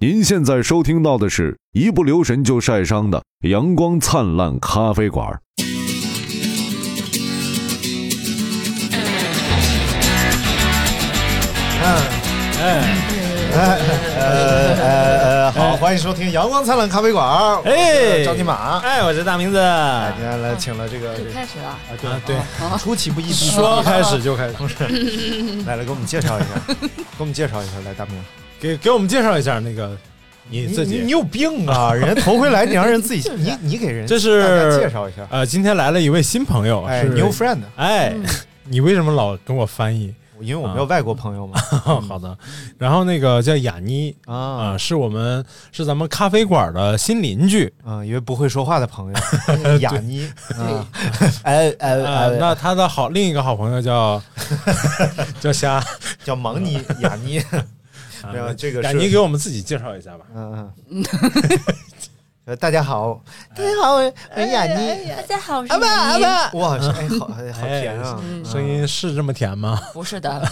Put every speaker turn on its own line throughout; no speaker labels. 您现在收听到的是一不留神就晒伤的《阳光灿烂咖啡馆》。
呃呃，好，欢迎收听《阳光灿烂咖啡馆》。
哎，
张金马，
哎，我是大明子。哎
哎今天来请了这个
就开始了，
啊，对对，出其不意，
哦说开始就开始，
来来，给我们介绍一 下，给我们介绍一下，来，大明，
给给我们介绍一下那个你自
你你
己。
有病啊！人家头回来，你让人自 己，你你给人
这是
大家介绍一下，
呃，今天来了一位新朋友，
哎
是
，new friend，嗯
哎，你为什么老跟我翻译？
因为我们有外国朋友嘛，
好的，然后那个叫雅妮啊、
啊
是我们是咱们咖啡馆的新邻居
啊，一位不会说话的朋 友，雅妮，啊，哎哎
啊、
哎，
那他的好另一个好朋 友叫叫虾，
叫蒙妮，雅 妮，
啊
没有这个是
雅妮给我们自己介绍一下吧。
嗯嗯。 呃大家好，大家好，我是雅妮。
大家好，我是
阿爸阿
妮妮。
爸，哎哇，哎，好，哎好甜啊！
声音是这么甜吗？
不是的，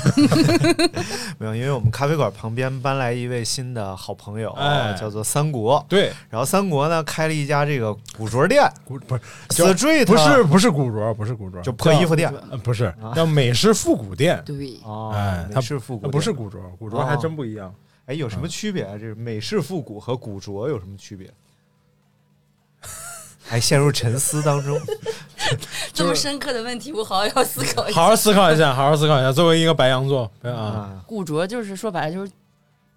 没有，因为我们咖啡馆旁边搬来一位新的好朋友，
哎
叫做三国。
对，
然后三国呢开了一家这个古着店
古不是叫
，Street
不是不是古着，不是古着，
就破衣服店啊
呃，不是叫美式复 古店，
对，
哦
哎，它
美式复古店
它不是嗯古着，古着还
哦
真不一样。
哎，有什么区别啊？这是美式复古和古着有什么区别？哎，陷入沉思当中。
这么深刻的问题，我好好要思考一下。
好好思考一下， 好好思考一下。作为一个白羊座白啊，
啊，
古着就是说白了就是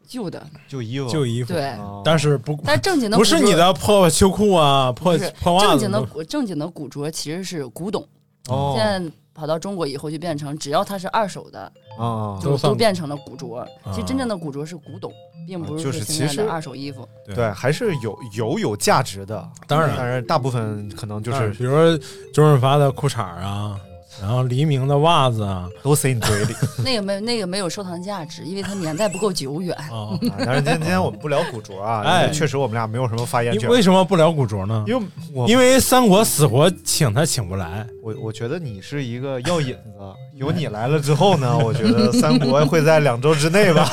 旧 的，
旧衣服，
旧衣服，
对。
哦
但是不
但正经的
不
古
是
着
你，的破秋裤啊，破
不是
破袜
正
子
经的
都，
古正经的古着其实是古董，
嗯哦
现在跑到中国以后就变成只要它是二手的，
哦，
就
都算
都变成了古着。其实
啊
真正的古着是古董，并不
啊就是是
现
其
在
实
的二手衣服。
对，还是有有有价值的。
当然
当然，大部分可能就
就是
是
比如说周润发的裤衩啊，然后黎明的袜子啊，
都塞你嘴里。
那个没那个没有收藏价值，因为它年代不够 久远。
啊，
啊但是今天今天我们不聊古着啊，因
哎
为确实我们俩没有什么发言
你
权。
为什么不聊古着呢？
因为我
因为三国死活请他请不来，
我我觉得你是一个药引子，有你来了之后呢，我觉得三国会在两周之 内吧，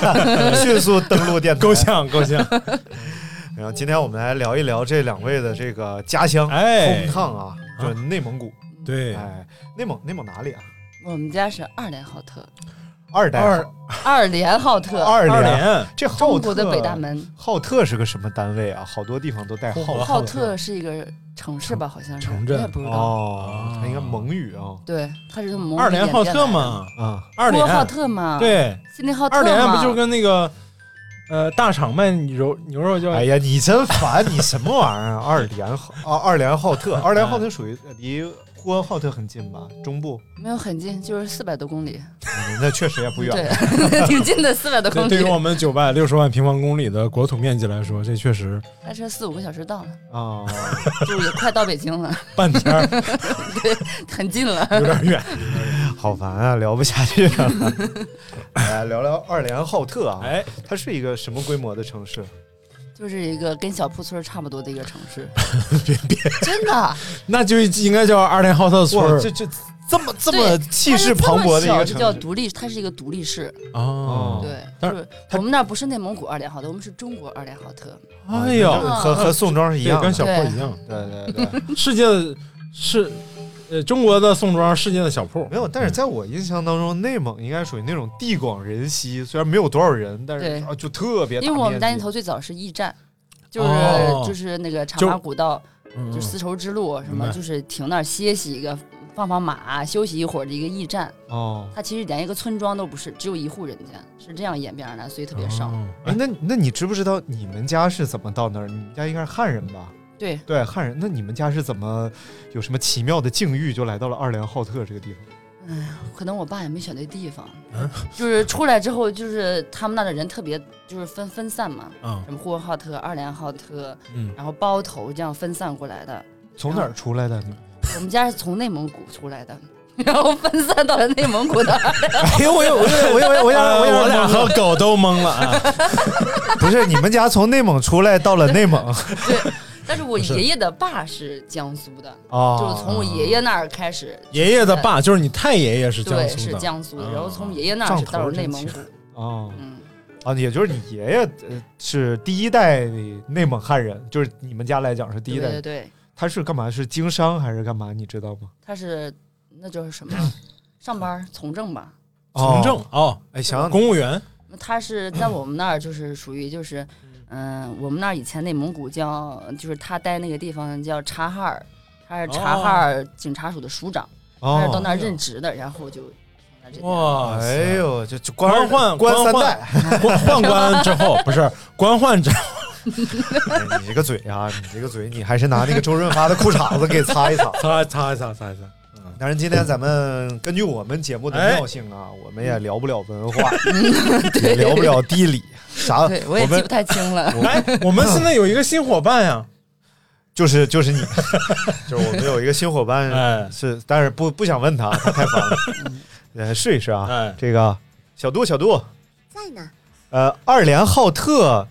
迅速登陆电台。
够呛够 呛。
然后今天我们来聊一聊这两位的这个家乡
哎
hometown，啊，就是内蒙古。
对，
哎，内蒙内蒙哪里啊？
我们家是二连浩特，
二代
二
二连浩特，
二
二
连，
连
这浩
中国
特
的北大。门。
浩特是个什么单位啊？好多地方都带浩
浩特是一个城市吧，好像是，
城镇
我也不知道。
哦
啊，
它应该蒙语啊
对，他是从蒙古
二连
演
浩
变
特
来的，
嘛，
啊
二
呼和浩
连
特嘛，，
对。
锡林浩特嘛
二连不就跟那个呃大厂卖牛肉牛肉叫、
哎呀，你真烦！你什么玩 意儿啊？二连浩啊，二连浩特，二连浩特属于呃离呼和浩特很近吧？中部，
没有很近，就是四百多公里，
嗯那确实也不远。
对，挺近的，四 百多
对
公
对于我
里，
们九百六十万平方公里的国土面积来说，这确实
开车四五个小时到了，
啊，
就也快到北京了，
半天儿
很近了。
有点远。
好烦啊，聊不下去 了。来哎聊聊二连浩特啊，
哎，
它是一个什么规模的城市？
就是一个跟小铺村差不多的一个城 市，别别，真的，
那就应该叫二连浩特村
哇，
儿呃
这这这么这么
对
气势磅礴的一
它
个
是这么小就叫
城市，
独立，它是一个独立市，
哦。
对，
但
就是
它
我们那儿不是内蒙古二连浩特，我们是中国二连浩特，
哎
就
呦，
啊和和 宋庄是一
对，
样的
跟。小铺一样。
对对对，
世界的是呃中国的宋庄，世界的小铺
没。有。但是在我印象当中，内蒙应该属于那种地广人稀，虽然没有多少人，但是
对
啊就特别大面积。
因为我们大年头最早是驿站，就是、
哦
就是那个茶
就
马古道，
嗯
就是丝绸之路什
明
么，
白
就是停那儿歇息一个，放放马，啊休息一会儿的一个驿站。
哦，
它其实连一个村庄都不是，只有一户人家，是这样演变而来，所以特别少。
哦
哎，那你那你知不知道你们家是怎么到那儿？你们家应该是汉人吧？
对，
对，汉人。那你们家是怎么有什么奇妙的境遇，就来到了二连浩特这个地方？
可能我爸也没选对地方，
嗯
就是出来之后，就是他们那的人特别就是分分散嘛，
嗯
什么呼和浩特、二连浩特，
嗯，
然后包头这样分散过来的。
从哪儿出来的？你们
我们家是从内蒙古出来的。 然后分散到了内蒙古的，
哎呦，我有我有我有我有我
呃
有
我俩和狗都懵了 啊！
不是你们家从内蒙出来到了内蒙
但是我爷爷的爸是江苏的，
啊？
就是从我爷爷那儿开始，
爷爷的爸哦就是你太爷爷是江
对，
苏
是
的，
江苏的，然后从爷爷那
啊
儿是到了内蒙古
啊，
嗯，
啊，也就是你爷爷呃是第一代内蒙汉人，就是你们家来讲是第一
对对
代，
对，
他是干嘛？是经商还是干嘛？你知道吗？
他是那就是什么 上班儿从政吧。
从政
哦，
哦，
哎，想想
公务员
那他是在我们那儿就是属于就是，嗯、我们那儿以前内蒙古叫就是他待那个地方叫察哈尔，他是察哈尔警察署的署长，他是到
哦，
那儿任职的，然后就上来这边。
哇塞，
哎呦，就就
啊官宦
官三
官宦
代，
官宦哦官之后不是官宦之
哎你这个嘴啊，你这个嘴，你还是拿那个周润发的裤衩子给擦 一擦。
擦擦一擦擦一擦，
当然，今天咱们根据我们节目的
哎嗯
调性啊，我们也聊不了文 化，也
对
聊不了地理，啥
对，我也记
们
不太清了。
哎， 我们现在有一个新伙伴呀，
就是就是 你， 就是我们有一个新伙伴
哎
是，但是不不想问他，他太烦了， 呃，试一试啊，
哎，
这个小度小度，
在呢，
呃，二连浩特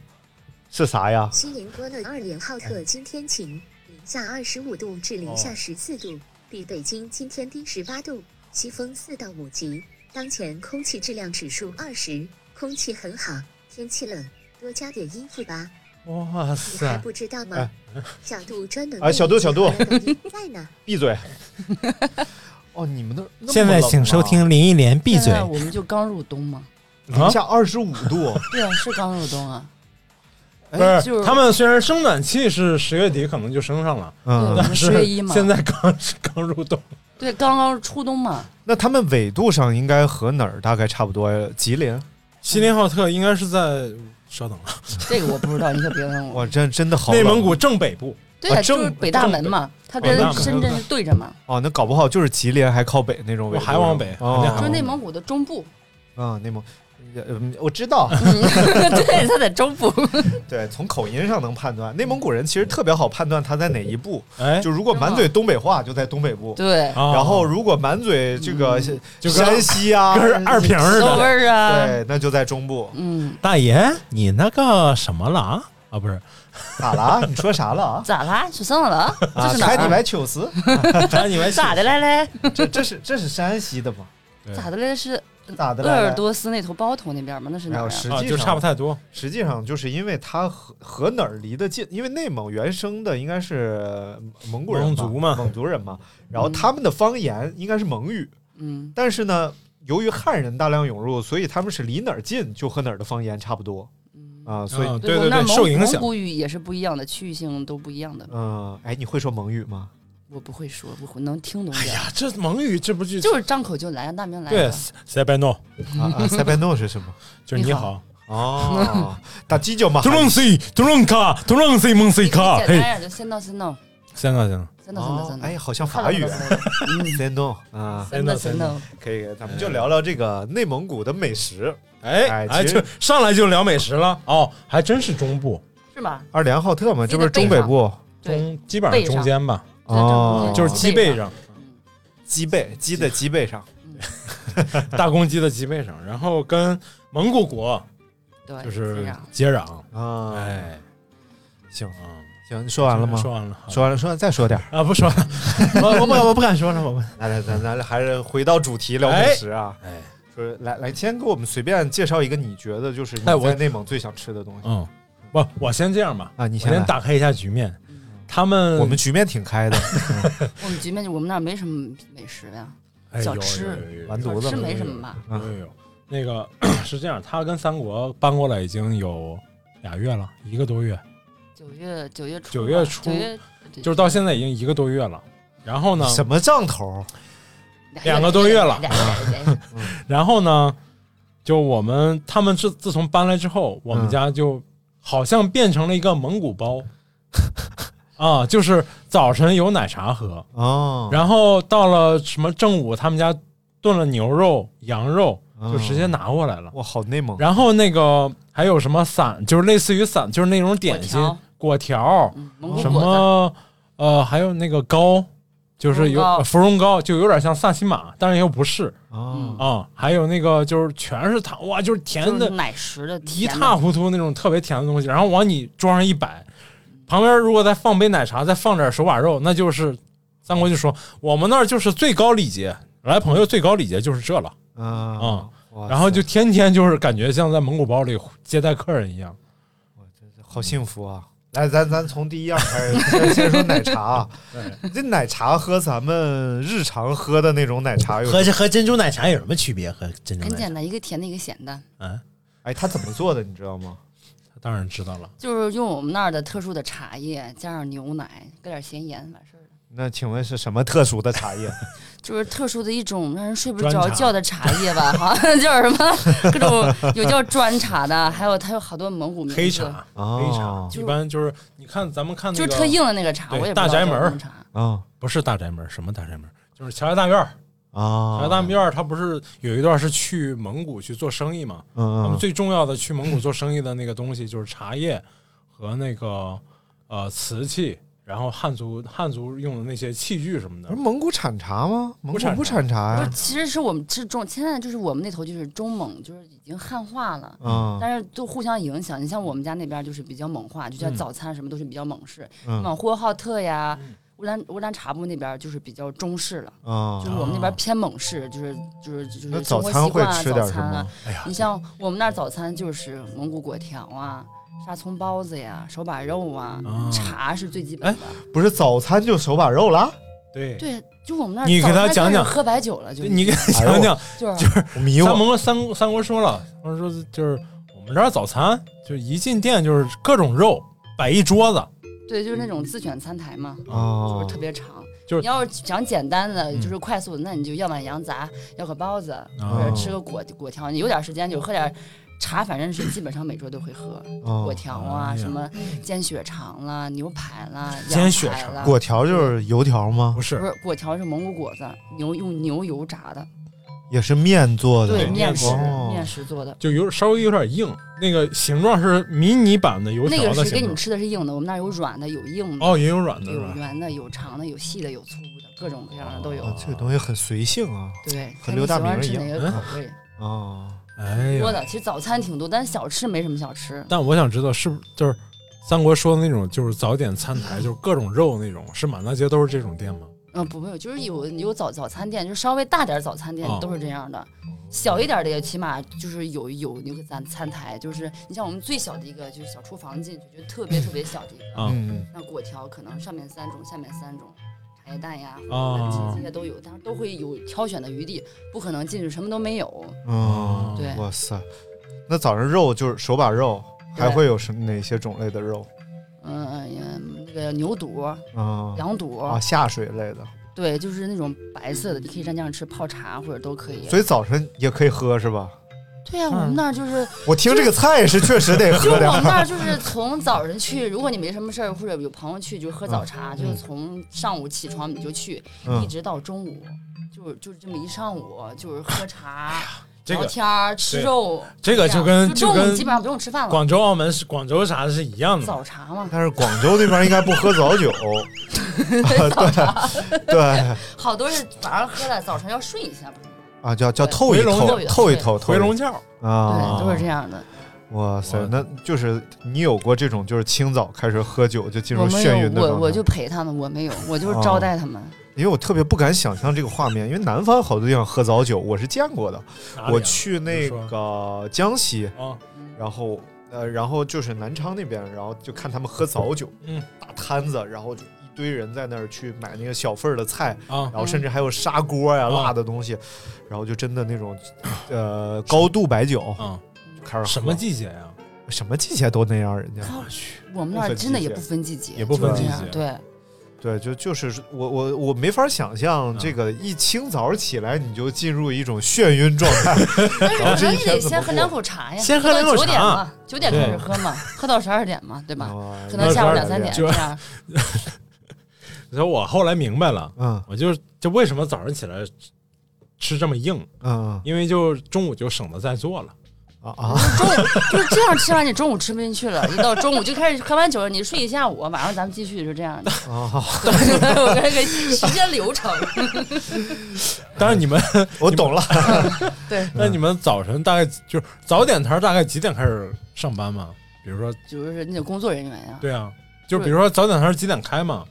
是啥呀？
新年多乐二连浩特今天晴，零下二十五度至零下十四度，比北京今天低十八度，西风四到五级，当前空气质量指数二十，空气很好，天气冷，多加点衣服吧。
哇
你还
塞，
不知道吗？ 小杜专门
哎小杜小杜
在呢，
闭 嘴！哦，你们那儿那么
现在请收听林忆莲《闭嘴
现在》我们就刚入冬嘛。
冷
啊
吗零下二十五度，
对啊，是刚入冬啊。
不是
哎就是
他们虽然生暖气是十月底可能就升上了，
嗯
嗯
对，
但
十
是
月一 嘛
现在刚刚入冬，
对，刚刚初冬嘛。
那他们纬度上应该和哪儿大概差不多呀？吉林，
锡林浩特应该是在稍等啊，
这个我不知道，你可别 问我。
哇，真真的好冷
内蒙古正北部，
对啊，
啊
就
正
是北大门嘛，它跟
北大门
深圳是对着嘛，
哦，那搞不好就是吉林还靠北那种纬
我
度，
还往北，
哦
还得
就
往
是
北
内蒙古的中部。
啊，内蒙。呃，我知道，
嗯对，它在中 部。
对，从口音上能判断，内蒙古人其实特别好判断他在哪一步。
哎，
就如果满嘴东北话，就在东北部；
对，
啊
然后如果满嘴这个
嗯就跟
山西啊，
跟二平似
馊味
的，
儿啊。
对，那就在中部。
嗯，
大爷，你那个什么了啊？啊， 不是，
咋了？你说啥了啊？
咋啦？说上了？ 这
啊，
是哪
开你
儿？
来糗事！
看哎你们
咋的来嘞？
这这是这是山西的吗？
对
咋的嘞？是
咋的
鄂
来
尔
了？
多斯那头包头那边吗？那是
没
哪
有，
儿啊？
实
啊，
际
就差
上
不太多。
实际上就是因为它和和哪儿离得近，因为内蒙原生的应该是蒙古人
蒙族嘛嗯
蒙族人嘛，然后他们的方言应该是蒙语，
嗯，
但是呢，由于汉人大量涌入，所以他们是离哪儿近就和哪儿的方言差不多啊，所以
啊
嗯、
对
我
对
们那儿
对，
蒙
受影
蒙
响。
古语也是不一样的，区域性都不一样的。
哎，你会说蒙语吗？
我不会说，我会能听懂
哎
点儿，
呀，这蒙语这不就
就是张口就来，大名来
对
了。
塞班诺，
啊，啊塞班诺是什么？
就是你好，
哦，打鸡叫嘛，
图隆西图隆卡图隆西蒙西卡，啊
简单
嘿，啊
点儿就先到先到
三个人，
先到先到
哦
先，到。
哎，好像法语，
嗯，
塞诺啊，
真的真的，
可以，咱们就聊聊这个内蒙古的美食。
哎
哎
哎，
其实
就上来就聊美食了哦，还真是中部，
是吧？
二连浩特嘛，
自己
这
的
不是中北部
对，
中基本上中间吧，
在这儿
哦
中间
就是鸡背上，
嗯
鸡背，鸡的鸡背上。
大公鸡的鸡背上，然后跟蒙古国
对，
就是
这样
接壤，
啊，
哎，
行
嗯，
行，你说完了吗？
说完了，好
说完了，说完再说点儿。
啊，不说了， 我我不我不敢说了，我不，
来来，咱咱还是回到主题聊美食啊。
哎，
说来来，先给我们随便介绍一个你觉得就是你
哎我
在内蒙最想吃的东西
嗯，不，我先这样吧，
啊？你
我
先来
先。打开一下局面，
嗯
他们
我们局面挺开的，
我们局面就我们那儿没什么美食呀，
哎
小
有
吃
有有有有
完犊
小
子
吃
了
没什么吧？
啊
有有有，那个 是这样，他跟三国搬过来已经有俩月了，一个多月，
嗯
九月九月初吧，
九月初
九月对
就是到现在已经一个多月了。然后 呢，
什么账头？
两个多月了
俩俩 俩
然后呢，就我们他们自自从搬来之后，我们
嗯
家就好像变成了一个蒙古 包，啊，就是早晨有奶茶喝，
哦，
然后到了什么正午，他们家炖了牛肉、羊肉，
嗯
就直接拿过来了。
哇，好内蒙
然后那个还有什么散，就是类似于散，就是那种点心、
条
果条，
嗯蒙古
什
果
么呃，还有那个糕，就是有呃
芙
芙蓉
蓉糕
糕，就有点像萨琪玛，但是又不是
哦
嗯
啊。还有那个就是全是糖，哇，就是
子
甜
就是
的
奶食的
一
甜的
塌糊涂那种特别甜的东西，然后往你桌上一摆，旁边如果再放杯奶茶，再放点手把肉，那就是三国就说我们那儿就是最高礼节，来朋友最高礼节就是这了。
啊
嗯
哇
然后就
塞
天天就是感觉像在蒙古包里接待客人一样。
好幸福啊！来，咱咱从第一样开始，先先说奶茶 啊。这奶茶和咱们日常喝的那种奶茶有什
和
么，
这和珍珠奶茶有什么区别？和珍珠奶
很
茶
简单，一个甜的，一个咸的，
啊，
哎，它怎么做的，你知道吗？
当然知道了，
就是用我们那儿的特殊的茶叶，加上牛奶，搁点咸盐，完事儿了。
那请问是什么特殊的茶 叶？
就是特殊的一种让人睡不
砖
着
茶
觉的茶叶吧，好 像叫什么 各种有叫砖茶的，还有它有好多蒙古名字，
黑茶，黑茶
哦，
一般就是你看咱们看那
就
个
是特硬的那个茶，
对
我也不知道
大宅门
叫
儿
什么茶。
啊
不是大宅门，什么大宅门？就是乔家大院儿，乔
啊
家大院儿，它不是有一段是去蒙古去做生意嘛？他
嗯
们最重要的去蒙古做生意的那个东西就是茶叶和那个呃瓷器，然后汉族汉族用的那些器具什么
不是
的。
蒙古产茶吗？蒙
不
古
产
不产茶
不
呀
是，。其实是我们是中，现在就是我们那头就是中蒙，就是已经汉化了。
嗯
但是都互相影响，你像我们家那边就是比较蒙化，就像
嗯
早餐什么都是比较蒙式，
嗯
像呼和浩特呀、乌兰乌兰察布那边就是比较中式了，
哦
就是
啊，
我们那边偏蒙式，就是就是就
那
是
早
生活
餐
习
会
惯啊，
吃点
早
什
餐啊
么，？
哎呀
你，像我们那儿早餐就是蒙古果条啊、沙葱包子呀、手把肉啊，
啊哎
茶是最基本的。
不是早餐就手把肉 了？
对，
对，就我们那儿
你给他
早餐
讲
开始
讲
喝白酒了，就
你给 他讲讲，
就是
我迷
三
哎我
国三三国说了，三国说就是我们这儿早餐就一进店就是各种肉摆一桌子，
对，就是那种自选餐台嘛，就
啊
是特别长。
哦就是
你要是讲简单的，
嗯哦
就是快速的，那你就要碗羊杂，要个包子，或
啊
者吃个果果条。你有点时间就喝点茶，反正是基本上每桌都会喝
啊
果！条啊，
哎呀
什么煎血肠啦、牛排啦、
煎
羊
血
排
肠
啦
果条就是油条吗
不？是
不是果条是蒙古果子，牛用牛油炸的，
也是面做的，
对，
面
面食、
哦
面食做的。
就有稍微有点硬，那个形状是迷你版的油
那
条
个
的
是给
形
你们
状。
吃的是硬的，我们那儿有软的，有硬的，
哦，也有软的是
有
吧？
圆的，有长的，有细的，有粗的，各种各样的都有。
啊这个东西很随性啊
对，
和
看
刘
你喜
大明
欢
儿一
吃
样
哪个口味
啊！
哎
多
呀，
的。其实早餐挺多，但小吃没什么小吃。
但我想知道是不是就是三国说的那种，就是早点餐台，就是各种肉那种，是满大街都是这种店吗？
嗯，不会，就是有有早早餐店，就稍微大点儿早餐店
哦
都是这样的，小一点儿的也起码就是有有那个咱餐台，就是你像我们最小的一个就是小厨房进去，就特别特别小的一个，
啊
嗯，
那果条可能上面三种，下面三种，茶叶蛋呀、
啊
这些都有，但是都会有挑选的余地，不可能进去什么都没有。
嗯，
对
哇塞，那早上肉就是手把肉，
对
还会有什么哪些种类的肉？
嗯、嗯，那个牛肚、
啊
羊肚，
啊，下水类的，
对，就是那种白色的，你可以蘸酱吃、泡茶或者都可以。
所以早晨也可以喝是吧？
对呀、我们那儿就是，
我听这个菜是确实得
就
喝
我
点
们
儿。
那儿就是从早晨去，如果你没什么事儿或者有朋友去，就喝早茶，就是从上午起床你就去，一
嗯，
直到中午，就就是这么一上午，就是喝茶、
这
聊
个
天儿、吃
对
肉。
这个
这
就
样
跟
就中午
跟
基本上不用吃饭了，
广州、澳门是广州啥是一样的嘛。
早茶 嘛。
但是广州那边应该不喝早 酒，啊对对
好多是晚上喝了，早上要睡一下吧。
啊，叫叫透一
回笼
透
觉，
透一透，透
回
一
笼觉儿
透啊，
对，都是这样的。
哇塞
我，
那就是你有过这种，就是清早开始喝酒就进入
我没
眩
有
晕，的
我
状
我
态
就。陪他们，我没有，我就是
哦
招待他们。
因为我特别不敢想象这个画面，因为南方好多地方喝早酒我是见过的。
哪里啊
我去那
比如
个江西，
啊，
然后呃，然后就是南昌那边，然后就看他们喝早酒，
嗯
大摊子，然后就一堆人在那儿去买那个小份儿的菜，
啊，
然后甚至还有砂锅呀、
嗯
辣的东西，然后就真的那种呃高度白酒
啊，
就开始喝
什么季节呀？
什么季节都那样，人家。
我去，我们那儿真的也不分季节，
也不分
就是
季
这样
节
对，
对，就就是我我我没法想象这个一清早起来你就进入一种眩晕状态，
但是
然后
可
这
能
一
你
天
得
怎么
先喝
过
两口茶呀，
先喝
喝
两
到
口
九点
茶
嘛，九点开始喝嘛，喝到十二点嘛，对吧？
哇
可能下午两三点
就
这样，
所以我后来明白了，
嗯
我就就为什么早上起来吃这么硬，
嗯
因为就中午就省得再做了。
啊啊，
中午就是这样吃完，你中午吃不进去了，一到中午就开始喝完酒了，你睡一下午，晚上咱们继续，就这样的。
啊
我这个时间流程，
但是你们，
我懂了，
嗯
对，
那你们早晨大概就是早点摊儿大概几点开始上班嘛？比如说，
就是那个工作人员呀，
对啊，就比如说早点摊儿几点开嘛？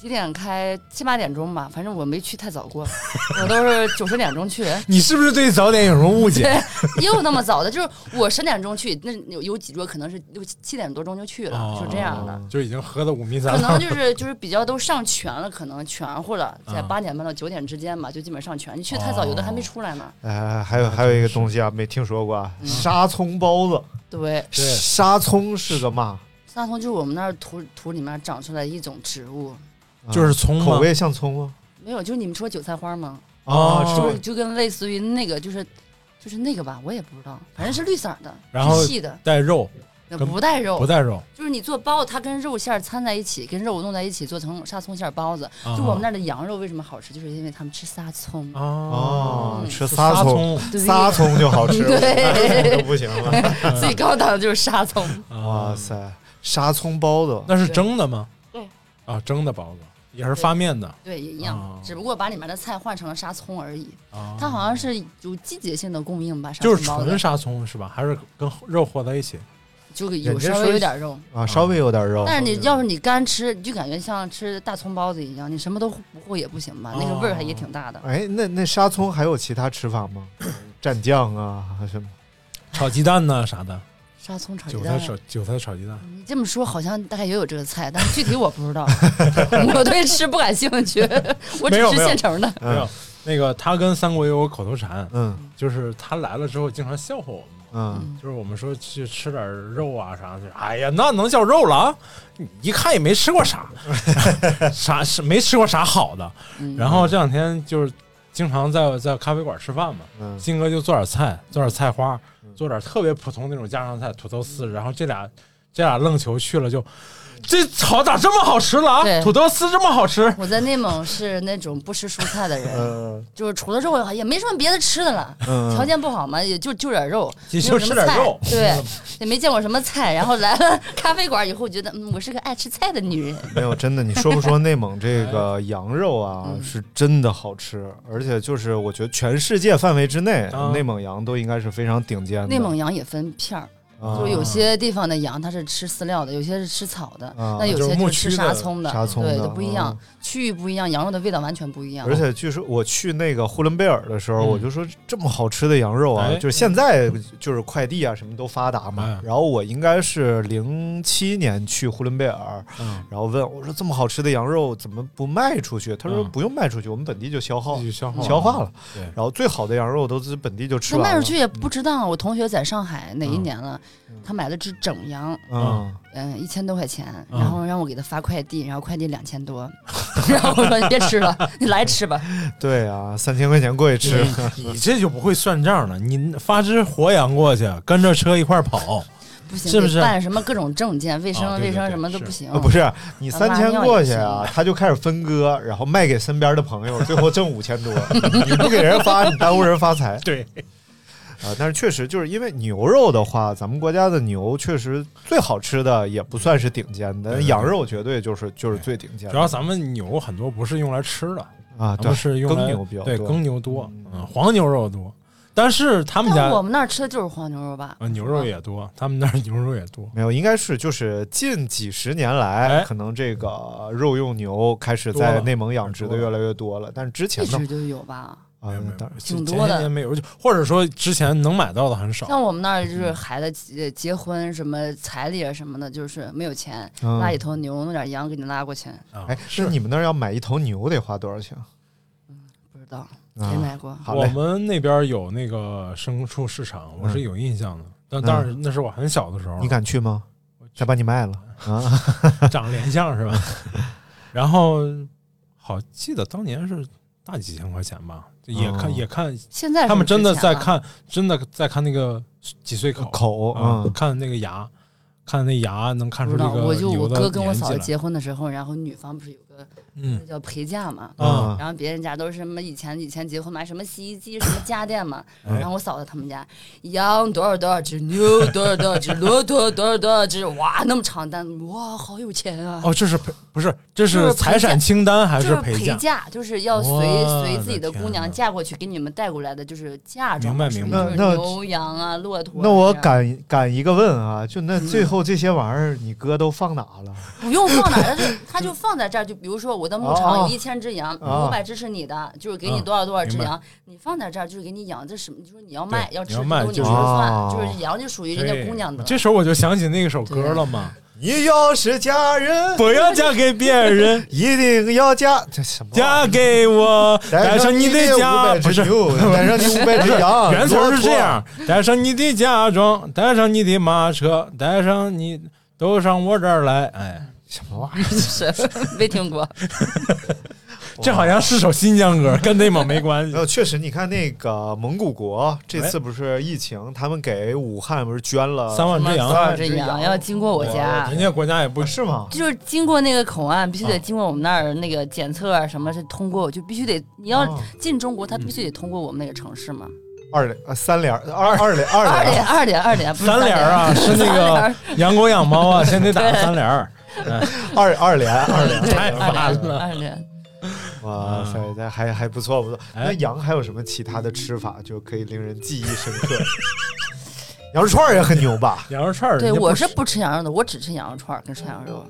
几点开？七八点钟吧，反正我没去太早过， 我都是九十点钟去，
你是不是对早点有什么误解？
也有那么早的，就是我十点钟去，那有有几桌可能是六七七点多钟就去了，
哦
就这样的。
就已经喝的五迷三
可
啊
道
能。就是就是比较都上全了，可能全乎了，在八点半到九点之间吧，就基本上全。你去太早，有的还没出来呢。
哎，还有还有一个东西啊，没听说过啊，
嗯
沙葱包子。
对，
对
沙葱是个嘛？
沙葱就是我们那儿土土里面长出来一种植物，
啊
就是葱吗
口味像葱吗？
没有，就是你们说韭菜花吗？
哦
啊
就就跟类似于那个，就是就是那个吧，我也不知道，反正是绿色儿的，
然后
是细的，
带肉
那
跟
不带肉
不，带肉，
就是你做包子，它跟肉馅儿掺在一起，跟肉弄在一起做成沙葱馅儿包子。
啊
就我们那儿的羊肉为什么好吃，就是因为他们吃沙葱。
哦
哦，
嗯
吃
沙
沙葱，
对
沙葱就好吃，
对
都不行了。
最高档的就是 沙葱。
哇
啊
哇塞，
塞，沙葱包子
啊那是蒸的吗？
对
啊，蒸的包子也是发面的
对，也一样，
哦
只不过把里面的菜换成了沙葱而已。
啊，
它好像是有季节性的供应吧，沙
就是
葱包子
纯沙葱是吧？还是跟肉和在一起？
就
人
有
家
稍
说
微有点肉。
啊，稍微有点
哦
肉。
但是你要是你干吃，你就感觉像吃大葱包子一样，你什么都不会也不行吧？那个味儿还也
哦
挺大的。
哎，那那沙葱还有其他吃法吗？蘸酱啊，还是什么？
炒鸡蛋呢啥的，
沙葱炒鸡
韭
蛋
菜，炒韭菜炒鸡蛋，
你这么说好像大概也有这个菜，但是具体我不知道， 我对吃不感兴 趣，我只
没有
吃
没有
现成的。
没有
嗯
那个他跟三国也有口头禅，
嗯
就是他来了之后经常笑话我们。
嗯，
就是我们说去吃点肉啊啥的，哎呀，那能叫肉了啊？你一看也没吃 过啥，啥是没吃过啥好的。
嗯，
然后这两天就是经常在在咖啡馆吃饭嘛，
嗯
金哥就做点菜，做点菜花，做点特别普通那种家常菜，土豆丝。然后这俩这俩愣球去了就，这炒咋这么好吃了啊？
对
土豆丝这么好吃，
我在内蒙是那种不吃蔬菜的
呃
人，
嗯
就是除了肉也没什么别的吃的了。
嗯
条件不好嘛，也就就点肉，
也
没
就
有什
吃
么
点
菜
肉
对，也没见过什么菜。然后来了 咖啡馆以后，觉得嗯，我是个爱吃菜的女人。
没有，真的，你说不说内蒙这个羊肉啊，
嗯
是真的好吃，而且就是我觉得全世界范围之内
啊，
内蒙羊都应该是非常顶
嗯
尖的。
内蒙羊也分片儿，
啊
就有些地方的羊它是吃饲料的，有些是吃草的，
啊
那有些
就是牧
是
区
吃
的
沙葱的，
沙葱
对，
的
都不一样，区域不一样，羊肉的味道完全不一样。
而且据说我去那个呼伦贝尔的时候，
嗯
我就说这么好吃的羊肉啊
哎，
就是现在就是快递啊什么都发达嘛
嗯。
然后我应该是零七年去呼伦贝尔，
嗯，
然后问我说这么好吃的羊肉怎么不卖出去？他说
嗯
不用卖出去，我们本地就消耗
继续消化
哦消化了。
对
然后最好的羊肉都是本地就吃
那
完了。
卖出去也不值当。我同学在上海哪一
嗯
年了，
嗯
他买了只整羊，
嗯，
嗯，一千多块钱，
嗯
然后让我给他发快递，然后快递两千多， 然后我说你别吃了，你来吃吧。
对啊，三千块钱过去吃，
嗯
你
你这就不会算账了，你发只活羊过去，跟着车一块儿跑，
不行，
是不
得
是
办什么各种证件、卫生、
啊对对
卫生
对
什么都
是
不行。
啊，不是你
啊
三
拉
千
尿
过
也
去
行
啊，他就开始分割，然后卖给身边的朋友，最后挣五千多。 你不给人发，你耽误人发财
对，
啊！但是确实就是因为牛肉的话，咱们国家的牛确实最好吃的也不算是顶尖的，
对对
羊肉绝对就是就是最顶尖
主要
的
咱们牛很多不是用来吃的，
啊！
咱
对
们，是用来
耕牛比较
对
多
耕牛多，
嗯
嗯，黄牛肉多，但是他们家
但我们那儿吃的就是黄牛肉吧？
呃牛肉也多，他们那儿牛肉也多，
没有，应该是就是近几十年来，
哎
可能这个肉用牛开始
多了
在内蒙养殖的越来越多了，但是之前
一
呢
直就有吧。
啊
没有没有，
当然
就
挺
前
多
些
的
年没有，就或者说之前能买到的很少。
像我们那儿
嗯
就是孩子结呃结婚什么彩礼啊什么的，就是没有钱，
嗯
拉一头牛，弄点羊给你拉过去，
啊
哎，那你们那儿要买一头牛得花多少钱？
不知道
啊
没买过。
好
我
嘞，嗯
们那边有那个牲畜市场，我是有印象的，但当然那是我很小的时候，
你敢去吗？再把你卖了啊！
长脸相是吧？然后好记得当年是大几千块钱吧，就也看、
哦
也看，
现在是
他们真的
不值钱
在
了，
看，真的在看那个几岁啊 口
口
啊、
嗯
看那个牙，看那牙能看
不
出
知
这
道。
个
我就我
牛的
哥跟我
年纪
嫂子
来
结婚的时候，然后女方不是有个
嗯
那叫陪嫁嘛，
啊
然后别人家都是什么以前以前结婚买什么洗衣机什么家电嘛，
哎
然后我嫂子他们家羊多少多少只，牛多少多少只，骆驼多少多少只，哇那么长单，哇好有钱啊！
哦，这是陪不是这
就是是陪
财产
嫁
清单还
就是是陪
嫁？
嫁，就是要随
我
随
的
自己的姑
天
娘
呐
嫁过去，给你们带过来的就是嫁妆
明白
嘛，属于
明
白
就是
那
牛羊啊、骆驼啊这样。
那我嗯敢敢一个问啊，就那最后这些玩意儿，你哥都放哪了？
不用放哪儿，他就他就放在这儿，就比如说我的牧场
哦
有一千只羊，
哦
五百只是你的，就是给你
嗯
多少多少只
明白
羊，你放在这儿就是给你养，这什么？就是你要卖
对
要
你
吃
要
都
卖
你
就
说
是
了
哦
算，就是羊就属于人家
对
姑娘 的。
这时候我就想起那首歌了嘛，
你要是嫁人，
不要嫁给别 人，
一定要嫁这什么玩意儿？
嫁给 我，带上你的
五
家，
百
不
只
是。
牛，带上你五百只羊。
原词
骆
儿
驼
是这，样：带上你的嫁妆，带上你的马车，带上你都上我这儿来。哎，
什么玩意儿？
是 没 听过，
这好像是首新疆歌，跟内蒙没关 系
没。有，确实，你看那个蒙古国这次不是疫情，他们给武汉不是捐了
三万只
什
羊哦
哎三
么三
万
万
只
只
羊
羊要经过我家
人。家国家也不
不啊是吗？
就是经过那个口岸，必须得经过我们那儿那个检测啊，什么是通过，就必须得你要
哦
进中国，它必须得通过我们那个城市嘛。
二两呃三两二二两二
二
两
点二点二点，不是
三联
联
儿啊，是那个养狗养猫啊，先得打三联儿。
二二连嗯二两，
对，
太
二
烦
联
了
二联。
哇塞，那还还不错不错。
哎
那羊还有什么其他的吃法就可以令人记忆深刻？ 羊肉串儿也很牛吧？
羊肉串儿，
对，
人家不
我是不吃羊肉的，我只吃羊肉串儿跟涮羊肉。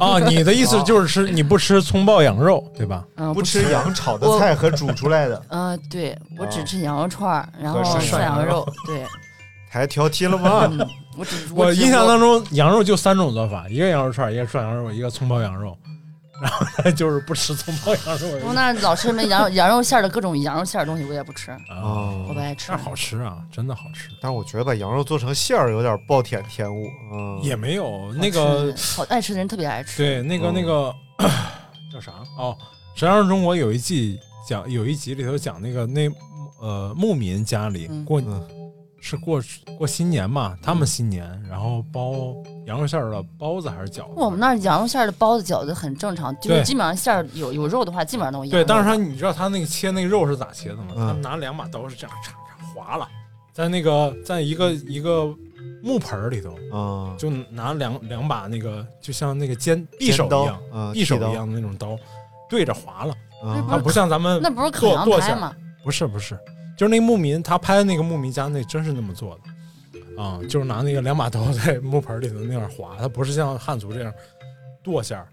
啊，你的意思就是吃你不吃葱爆羊肉，对吧？
嗯，
不
不
吃。羊炒的菜和煮出来的，
嗯，对我只
啊
吃羊肉串儿，然后
和
涮
涮羊
羊
肉
肉。对，
还挑剔了 吗？
嗯，我只
我
只
印象当中，羊肉就三种做法：一个羊肉串儿，一个涮羊肉，一个葱爆羊肉。然后就是不吃葱爆羊肉而已
我哦那老吃那羊 羊肉馅儿的各种羊肉馅儿的东西，我也不吃，
啊，
嗯
哦
我不，爱吃
但。好吃啊，真的好吃。
但是我觉得把羊肉做成馅儿有点暴殄天物。嗯，
也没有那个
吃好爱吃的人特别爱吃。
对那个
嗯
那个叫啥哦，《舌上中国》有一季讲有一集里头讲那个那呃牧民家里
嗯
过
嗯
是过过新年嘛，他们新年然后包羊肉馅儿的包子还是饺子？
我们那儿羊肉馅儿的包子、饺子很正常，就是
对
基本上馅儿有有肉的话，基本上都有羊
对，
肉。啊
但是他你知道他那个切那个肉是咋切的吗？
嗯
他们拿两把刀是这样叉叉划了，在那个在一个一个木盆儿里头，
嗯，
就拿两两把那个就像那个尖匕手
尖刀
一样，
嗯，
匕手
剃刀
一，样的那种刀，对着划了。
嗯
它
那
啊不像咱们
那不是烤羊
剁剁馅
排
儿
吗？
不是不是，就是那牧民他拍的那个牧民家那真是那么做的，啊、就是拿那个两把刀在木盆里头那样划，他不是像汉族这样剁馅儿，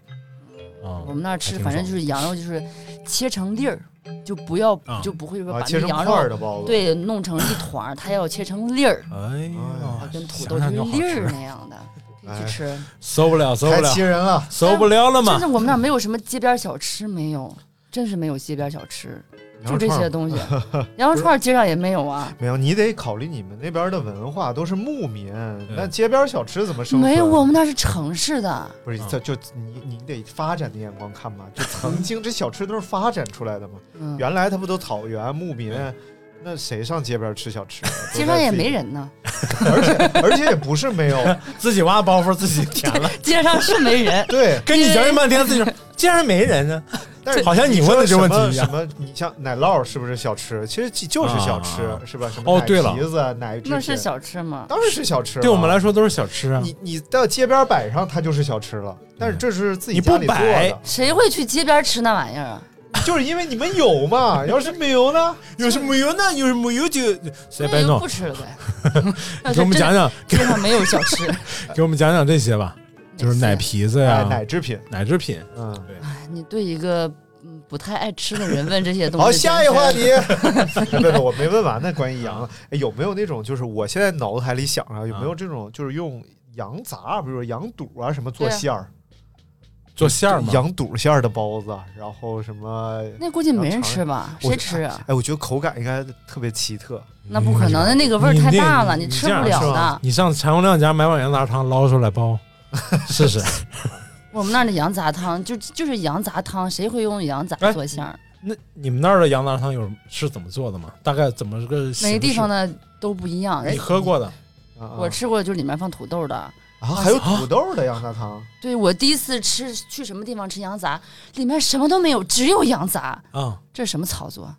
啊、
我们那儿吃
还挺
反正
爽
就是羊肉就是切成粒儿，就不要
啊
就不会说
啊，
把
切
那
成
羊
块
肉
儿的包子。，
对弄成一团儿，它要切成粒儿，
哎呀，
跟土
想
豆就
想
是
就好
粒儿
吃，
那样的
哎
去吃。
受不了受不
太
了
气人了。
受不了了
真
嘛
是！我们那儿没有什么街边小吃，没有，真是没有街边小吃，就这些 东西。羊肉串儿街上也没有啊，
没有，你得考虑你们那边的文化，都是牧民，那街边小吃怎么生存？啊
没有，我们那儿是城市的。
不是，
嗯
这就你你得发展的眼光看吧，就曾经这小吃都是发展出来的嘛，
嗯，
原来它不都草原牧民，
嗯
那谁上街边吃小吃啊？
街上也没
人，
人呢，
而且而且也不是没 有，。
自己挖包袱自己填 了，
街上是没人
哎
对，
跟你矫情半天，自己说竟然没人呢，
但是
好像你问的这
说
问
什么
题一样
什么，你像奶酪是不是小吃？其实就是小吃，
啊
是吧？什么
哦
奶
对了
皮子、啊奶制品，
那是小吃吗？
当然是小吃了，
对我们来说都是小吃啊。
你你到街边摆上，它就是小吃了。但是这是自己
嗯你不
家里做
摆
的，
谁会去街边吃那玩意儿啊？
就是因为你们有嘛。要是没有呢？ 哎
有什么有呢？有什么有就谁
那
别
就
弄
不，吃了呗。 啊
给我们讲讲，
街上没有小吃，
给我们讲讲这些吧， 就是奶皮子
哎
呀，，
奶制品，
奶制品。
嗯。
哎你对一个嗯不太爱吃的人问这些东西，
好，下一
真是
话题。 别别别，我没问完呢，关于羊的，哎有没有那种就是我现在脑海里想啊，有没
嗯
有这种就是用羊杂，比如说羊肚啊什么做
对啊
馅儿，
做馅儿嘛，
羊肚馅儿的包子，然后什么？
那估计没人吃吧？
我
谁吃啊？
哎，我觉得口感应该特别奇特。
那不可能，那那个味儿
你
太
那
大了，你
你
吃
这样
不了
是吧
的。
你上柴洪亮家买碗羊杂汤捞出来 包试试。
我们那儿的羊杂汤就就是羊杂汤，谁会用羊杂
哎
做馅儿？
那你们那儿的羊杂汤有是怎么做的吗？大概怎么个形式
每个地方的都不一样。
你喝过的？
啊啊
我吃过，就是里面放土豆的。
啊，还有土豆的羊杂汤，
对我第一次吃去什么地方吃羊杂，里面什么都没有，只有羊杂，
啊？
这是什么操 作？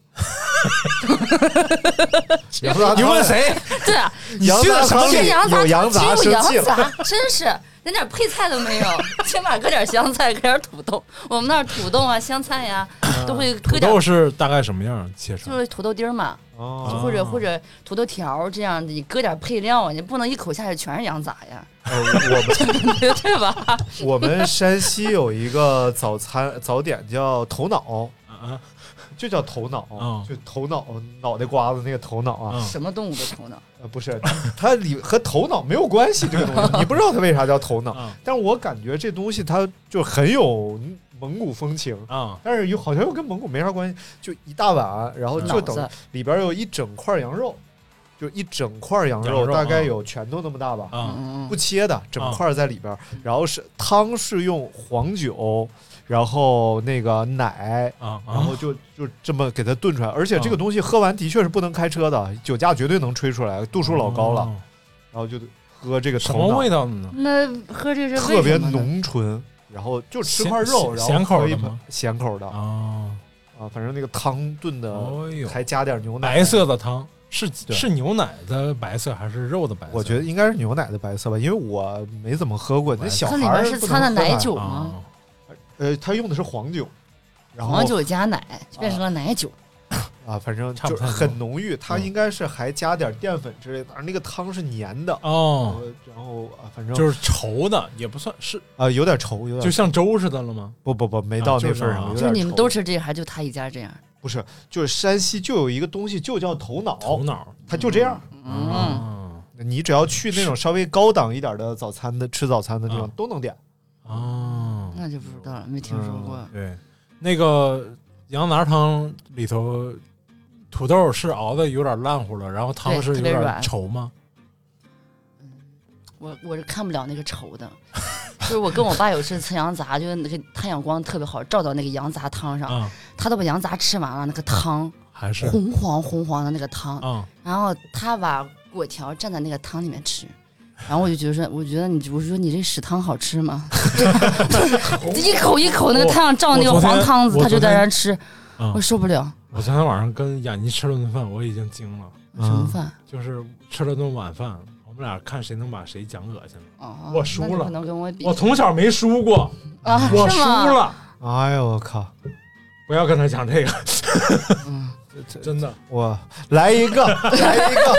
羊杂汤
你问谁？
对啊，
你去了什么
汤
地
吃
里
羊杂
有羊杂
只有
生气
羊
了。
杂，真是连点配菜都没有，起码搁点香菜，搁点土豆。我们那儿土豆啊、香菜呀、
嗯
都会搁
土
点，
豆是大概什么样切成
就？是土豆丁儿嘛，就
哦，
啊
或者或者土豆条儿这样的，你搁点配料啊，你不能一口下去全是羊杂呀，
呃我们
对吧？
我们山西有一个早餐早点叫头脑，
啊
就叫头脑，
嗯
就头脑脑袋瓜子那个头脑啊，
啊
什么动物的头脑？
呃不是，它里和头脑没有关系，这个东西你不知道它为啥叫头脑，
啊
但是我感觉这东西它就很有蒙古风情。
啊！
但是又好像又跟蒙古没啥关系，就一大碗，然后
嗯
就
脑
等
子
里边有一整块羊肉，就一整块羊
羊肉
大概
嗯
有拳头那么大吧，
啊
嗯，
不切的，整块在里边儿。然后是汤是用黄酒，然后那个奶，
啊
然后就就这么给它炖出来。而且
哦
这个东西喝完的确是不能开车的，酒驾绝对能吹出来，度数老高了。，然后就喝这个
哦什
头
么
脑
味道呢？
那喝这是为
特别
什么呢，
浓醇。然后就吃
咸
块肉，然
咸
后
咸口
喝
的
一盆
吗
咸口的
啊，
啊，反正那个汤炖的
哎呦，
还加点牛奶，
白色的汤是
对
是牛奶的白色还是肉的白色？
我觉得应该是牛奶的白色吧，因为我没怎么喝过。那
白色
小孩
它里
儿
面是
不能
掺的
喝
奶酒吗？
啊，
呃，他用的是黄酒，然后
黄酒加奶就变成了奶酒，
啊，反正
差
就
不
是
太多
很浓郁。它
嗯
应该是还加点淀粉之类的，而那个汤是粘的。
哦，
呃然后啊，反正
就是稠的，也不算是，
啊，有点稠，有点
就像粥似的了吗？
不不不，没
啊
到
就
那
是
份儿上。有
那样
就是
点
你们
稠
都吃这个，还就他一家这样。
不是？就是山西就有一个东西，就叫头脑，
头脑，啊
它就这样。
嗯，
你只要去那种稍微高档一点的早餐的吃早餐的地方
啊
都能点。
啊
嗯
啊，
那就不知道了，没听说过。
对，那个羊杂汤里头。土豆是熬的有点烂乎了，然后汤
对
是有
特别
点
软
稠吗？
嗯我我是看不了那个稠的，就是我跟我爸有次吃羊杂，就是那个太阳光特别好，照到那个羊杂汤上，
啊，
他都把羊杂吃完了，那个汤
还是
红黄红黄的那个汤，
啊
然后他把果条蘸在那个汤里面吃。然后我就觉得，我觉得你，我说你这屎汤好吃吗？ 一口一口那个太阳照那个
哦我昨天
黄汤子，
我
他
昨
就
天
在那儿吃，
啊
我！受不了。
我昨天晚上跟雅妮吃了顿饭，我已经惊了，
什么饭？
就是吃了顿晚饭，我们俩看谁能把谁讲恶心了。
哦，
我输
那你
了
可能跟我比
我从小没输过，
啊，
我
是
输
吗？
了。
哎呦我靠！
不要跟他讲这个，
嗯
真的。
我来一个，来一个，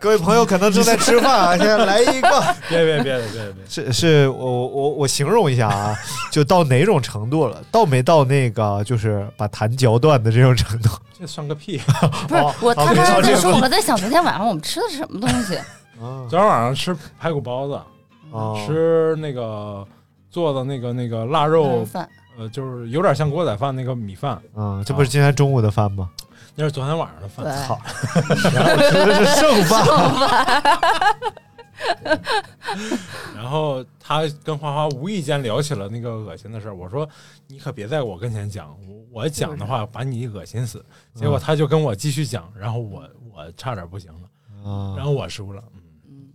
各位朋友可能正在吃饭啊，现在来一 个。
别别别别别！
是是，我我我我形容一下啊，就到哪种程度了？到没到那个就是把痰嚼断的这种程度？
这算个屁！
不是
哦
我，
好
他
这
刚才
好
在
这
说，我在想昨天晚上我们吃的是什么东西。
啊
昨天晚上吃排骨包子，
哦
吃那个做的那个那个腊
嗯
肉，
饭
呃，就是有点像锅仔饭那个米饭，
嗯，这不是今天中午的饭 吗？
那是昨天晚上的饭。
对
好吃的是剩饭。
然后他跟花花无意间聊起了那个恶心的事儿，我说你可别在我跟前讲，我我讲的
嗯
话把你恶心死。结果他就跟我继续讲，然后我我差点不行 了，
啊
然后我输了。嗯，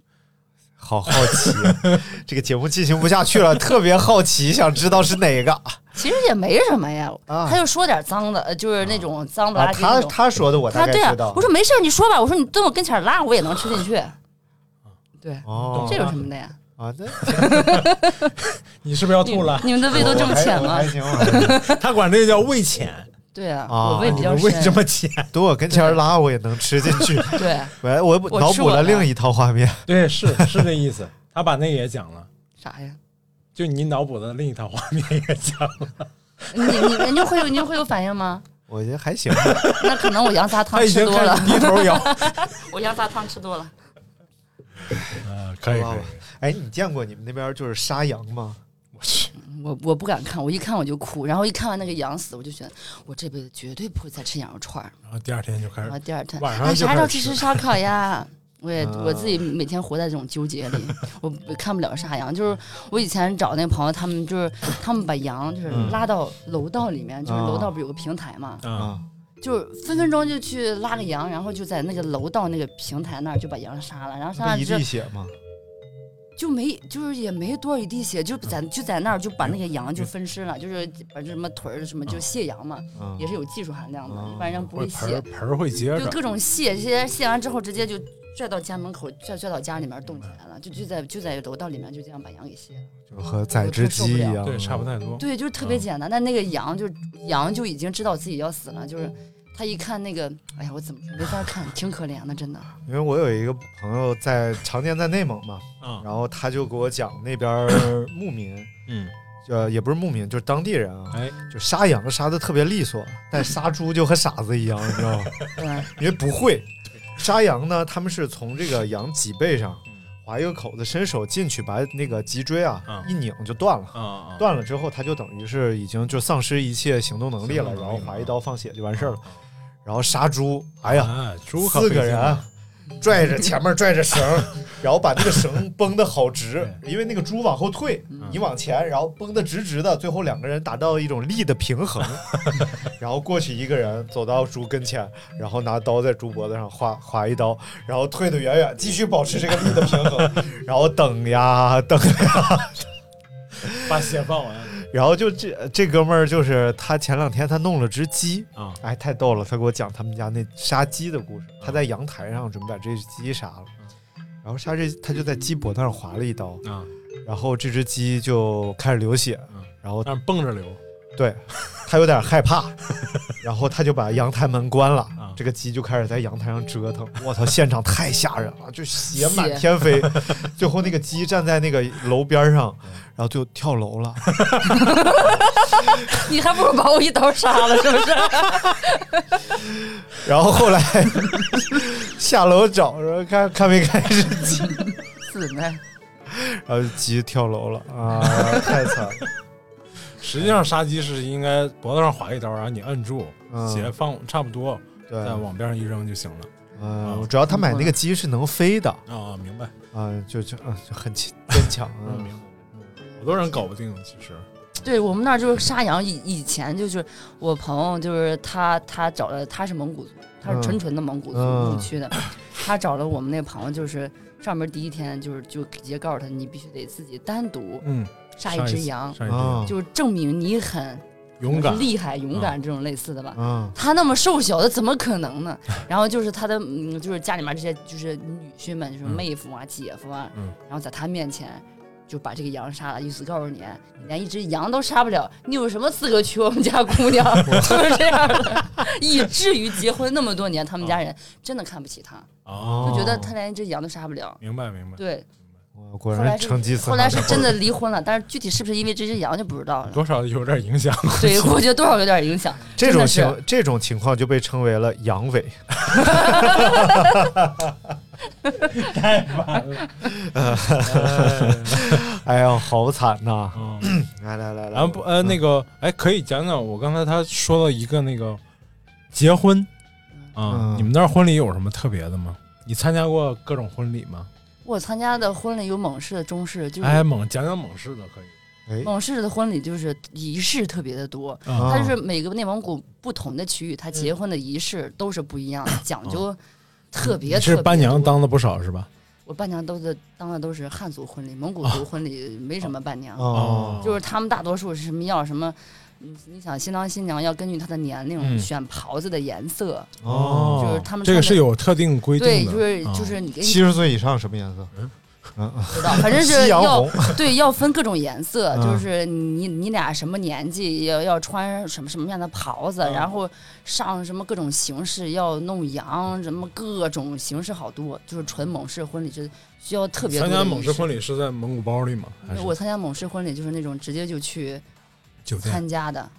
好好奇， 这个节目进行不下 去了，特别好奇，想知道是哪个
其实也没什么呀，
啊
他就说点脏的，呃就是那种脏不
啊？
拉几那
他
种。
他说的我大
他对
概
啊
知道，。啊
我说没事儿，你说吧。我说你蹲我跟前儿拉，我也能吃进去。对，
哦
这有什么的呀？
啊？那
你是不
哦
是要
你
吐了？
你们的胃都这么浅
我
吗
还？行，啊我还行。
他管这叫胃浅，
对啊，
啊
我胃比
你
较
的胃这
深。
么浅。
蹲我跟前儿拉，我也能吃进 去。
对，
喂，我
我
脑
吃
补
我
了
的
另一套画面。
对，是是这意思。他把那个也讲了，
啥呀？
就你脑补的另一套画面也讲了。
你你人家会有你会有反应吗？
我觉得还 行，
那可能我羊杂汤
他已
吃
经
多
开
了
始，低头摇。
我羊杂汤吃多了。
呃，可以
好
可
吧
以。
哎，你见过你们那边就是杀羊吗？
我去，
我我不敢看，我一看我就哭，然后一看完那个羊死，我就觉得我这辈子绝对不会再吃羊肉串儿了。
然后第二天就开
然
始
后第二天，
晚上
哎
就
啥时
开
候
始
去
吃
吃烧烤 呀？我也
啊
我自己每天活在这种纠结里，我我看不了杀羊。就是我以前找那朋友，他们就是他们把羊就是
嗯
拉到楼道里面，就是
啊
楼道不是有个平台嘛，
啊，
就是分分钟就去拉个羊，然后就在那个楼道那个平台那儿就把羊杀了，然后杀
那
了
一
之后
滴血吗？
就没就是也没多少一滴血，就
嗯
咱就在那儿就把那个羊就分尸了，就是把这什么腿儿什么就卸羊嘛，
嗯
也是有技术含量的，
嗯
一般人不
会
会
盆儿
卸，
盆儿会接
就
着，
各种卸卸卸完之后直接就拽到家门口，拽拽到家里面冻起来了，就就在就在楼道里面就这样把羊给卸了。
就和宰只鸡一样，
对，差不
多。
太多。
对，就是特别
嗯
简单。但那个羊就羊就已经知道自己要死了，就是他一看那个，哎呀，我怎么说没法看，挺可怜的，真的。
因为我有一个朋友在常年在内蒙嘛，
啊，
然后他就给我讲那边儿牧民，
嗯，
呃，也不是牧民，就是当地人啊，
哎，
就杀羊杀的特别利索，但杀猪就和傻子一样，你知道吗？
对，
因为不 会杀羊呢，他们是从这个羊脊背上
嗯
划一个口子，伸手进去把那个脊椎啊
啊
一拧就断了。
啊啊，
断了之后，他就等于是已经就丧失一切行动能力了，
行动能力
然
了嗯
后划一刀放血就完事儿了。然后杀猪，哎呀，
啊，猪可
四
费
个
劲
人
了，
拽着前面拽着绳儿，然后把那个绳绷得好直，因为那个猪往后退，你往前，然后绷得直直的，最后两个人达到一种力的平衡，然后过去一个人走到猪跟前，然后拿刀在猪脖子上划划一刀，然后退得远远，继续保持这个力的平衡，然后等呀等，
把血放完
然后就这这哥们儿就是他前两天他弄了只鸡，
啊，
哎，太逗了！他给我讲他们家那杀鸡的故事。他在阳台上准备把这只鸡杀了，然后杀这他就在鸡脖子上划了一刀，
啊，
然后这只鸡就开始流血
嗯，
然后
但是蹦着流
对 他有点害怕，然后他就把阳台门关了
啊。
这个鸡就开始在阳台上折腾，我操，现场太吓人了，就血
血
满天飞。 最后那个鸡站在那个楼边上，然后就跳楼了。
你还不如把我一刀杀了，是不 是？
然后后来 下楼找说看看没看 是鸡。
死呗。
然后鸡跳楼了啊，太惨了！
实际上杀鸡是应该脖子上划一刀，然后你摁住，
嗯
血放差不多，
对
再，往边上一扔就行了。
嗯，主要他买那个鸡是能飞的
啊，明白，
啊，就就啊就很坚坚强
嗯，
啊。
明白。嗯好多人搞不定，其实
对我们那儿就是杀羊，以以前就是我朋友，就是他他找了，他是蒙古族，他是纯纯的蒙古族
嗯
牧区的，他找了我们那朋友，就是上门第一天就是就直接告诉他，你必须得自己单独
嗯，
杀
杀
一
一
只
次
羊，
上一
啊
次
就是证明你很
嗯勇敢，
厉害、
嗯
勇敢这种类似的吧。
嗯
他那么瘦小，他怎么可能呢？然后就是他的，嗯，就是家里面这些就是女婿们，就是
嗯
妹夫啊、姐夫啊，
嗯
然后在他面前就把这个羊杀了，意思告诉你，你连一只羊都杀不了，你有什么资格娶我们家姑娘？就是这样的，以至于结婚那么多年，他们家人真的看不起他，
啊
哦
就觉得他连一只羊都杀不了。
明白明白，
对，
我果
后来
然
是
成吉思汗。
后来是真的离婚了，但是具体是不是因为这只羊就不知道了。
多少有点影 响。
对，我觉得多少有点影响。
这种
真的
情这种情况就被称为了阳 痿。 哎呀，好惨呐！
嗯，
来来来
然
来，
后不呃那个哎，可以讲讲我刚才他说了一个那个结婚啊，
嗯
你们那儿婚礼有什么特别的吗？你参加过各种婚礼吗？
我参加的婚礼有蒙氏的、中式，就是
哎，猛讲讲猛士的可以。
哎，
蒙氏的婚礼就是仪式特别的多，
啊
它就是每个内蒙古不同的区域，它结婚的仪式都是不一样的，讲究特别
哦你
特别
是
多。
伴娘当了不少是吧？
我伴娘都是当的都是汉族婚礼，蒙
哦
古族婚礼没什么伴娘，
哦，
就是他们大多数是什么要什么。嗯你想新郎新娘要根据他的年龄、
嗯
选袍子的颜色，
哦
就是他们
这个是
穿的
有特定规定
对，
的，
就是
啊
就是你给你
七十岁以上什么颜色？
知 道，反正是
夕阳
要
红。
对，要分各种颜色，
嗯
就是你你俩什么年纪要要穿什么什么样的袍
嗯
子，然后上什么各种形式，要弄羊，什么各种形式好多，就是纯蒙氏婚礼是需要特别多
参
的
加蒙氏婚
礼。
礼是在蒙古包里吗？还是
我参加蒙氏婚礼就是那种直接就去
酒店？
参加的，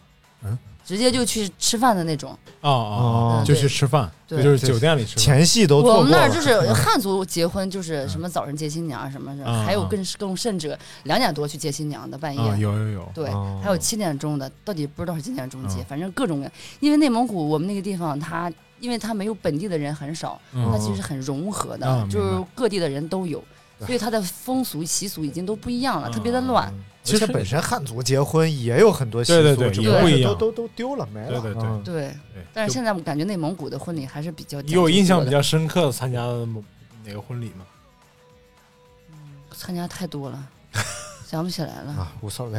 嗯
直接就去吃饭的那种。
哦哦，
哦
就去吃饭，
对
就是酒店里吃饭。
前戏都做
我
过
们那儿
了
就。是汉族结婚就是什么早晨接新娘什么的，
嗯
还有
嗯
更更甚者两点多去接新娘的半夜。
啊，有有有，
对，
哦
还有七点钟的，到底不知道是几点钟结，
嗯
反正各种，因为内蒙古我们那个地方它。因为它没有本地的人很少，它
嗯
其实很融合的，
啊明白
就是各地的人都有，
对
所以它的风俗习俗已经都不一样了，
嗯
特别的乱。
其实本身汉族结婚也有很多习俗，
对对对
只不过
也
是
不一样
都都都丢了没了。
对对对
嗯
对，
对
但是
就
现在我感觉内蒙古的婚礼还是比较
你有印象比
讲究
较深刻的参加的某哪个婚礼吗？
参加太多了，想不起来了。
啊，无所谓。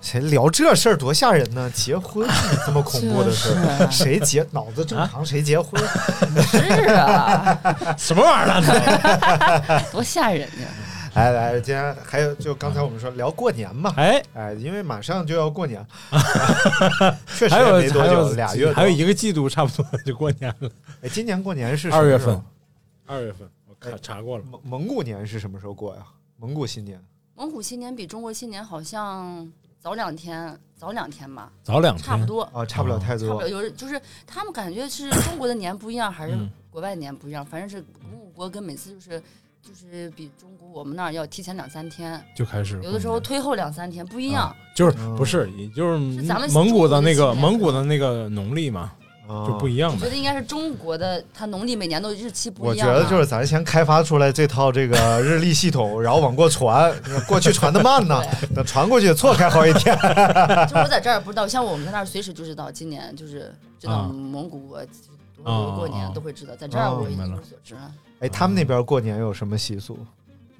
谁聊这事儿多吓人呢？结婚这么恐怖的事 儿，
这是
谁结脑子正常谁结婚？
是啊，
什么玩意儿呢？
多吓人呀！
来哎来，今天还有就刚才我们说聊过年嘛，
哎，
哎，因为马上就要过 年，确实
还
也
有
没多
还有
久，俩月多，
还有一个季度差不多就过年了。
哎，今年过年是
二月
什么时候
份二月份我
哎
看查过了，
蒙蒙古年是什么时候过呀？蒙古新年
蒙古新年比中国新年好像早两天，早两天吧，
早两
差不
天。
多。
啊，差不了太
差不
多
多，。有人就是他们感觉是中国的年不一样，还是
嗯
国外年不一样，反正是蒙古国跟每次就是就是比中国我们那儿要提前两三天，
就开始过年，
有的时候推后两三天，不一样
啊。就是
嗯
不是，也就是
是咱们
蒙古的那
中
个
国的新年
蒙古的那个农历嘛，
啊
就不一样
我觉
呗。
得应该是中国的，它农历每年都日期不
我
一
觉
样吧。
得就是咱先开发出来这套这个日历系统， 然后往过传，过去传的慢呢，
对，
等传过去错开好几 天。
就我在这儿不知道，像我们在那儿随时就知道，今年就是知道
啊
蒙古我就是多
啊
多过
啊
年都会知道，在这儿
哦
我一
明白了
无所知了。
哎，他们那边过年有什么习俗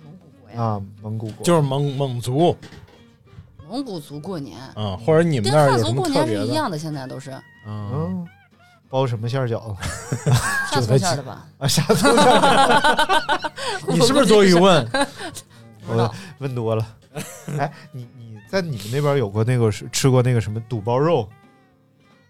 蒙古国呀，
啊？蒙古国
就是蒙蒙族
蒙古族过年
啊，或者你们
跟
那儿有
汉族
什么
过
特
年
别
是一
的？
样的，现在都是
嗯，
嗯，包什么馅儿饺子
上
韭
从
菜
馅儿
鸡
的吧？
啊？ 啥都馅儿饺子
你是不 是多余问？
不知道
问多了。哎，你你在你们那边有过那个是吃过那个什么肚包肉？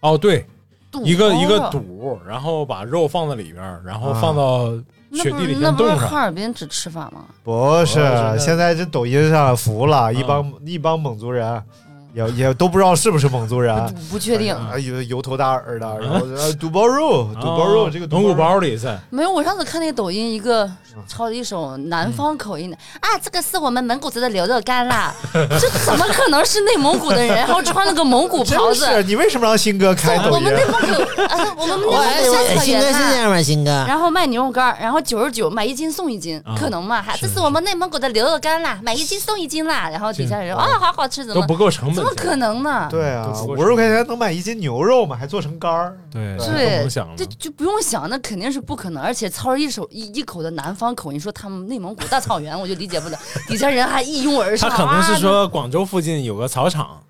哦， 对，
肚
一个
包
一个
肉
肚，然后把肉放在里边儿，然后
啊
放到雪地里跟
那不是那
冻
不是哈
上。
尔滨只吃法吗？
不是
哦，
现在这抖音上服了一帮一帮蒙族人，
嗯，
也也都不知道是不是蒙 族人。
不不确
嗯
定。
啊，有油头大耳的，然后呃肚包肉，肚包肉
啊
这个肚
嗯蒙古
包肉
包里在，
没有，我上次看那抖音，一个抄了一首
嗯
南方口音的、啊，这个是我们蒙古族的牛肉干啦， 这怎么可能是内蒙古的人？然后穿了个蒙古袍
真
子，
是，你为什么让新哥开抖
我
音
们？ 内蒙古，啊、我们内蒙
哎我
哎
古下草
新哥
原
是这
呐。
样吗？新哥，
然后卖牛肉干儿，然后九十九买一斤送一斤，
啊
可能吗？还这是我们内蒙古的牛肉干啦，买一斤送一斤啦。然后底下人说
这
啊，好好吃，怎
都
么
不够成本
怎
钱。
么可能呢？
对啊
都，不过
五十块钱能买一斤牛肉吗？还做成干儿，
对，
对
更甭想了
这。就不用想，那肯定是不可能。而且操着一手一一口的南方口音说他们内蒙古大草原，我就理解不了。底下人还一拥而
他
上，
可能是
啊
说广州附近有个草场，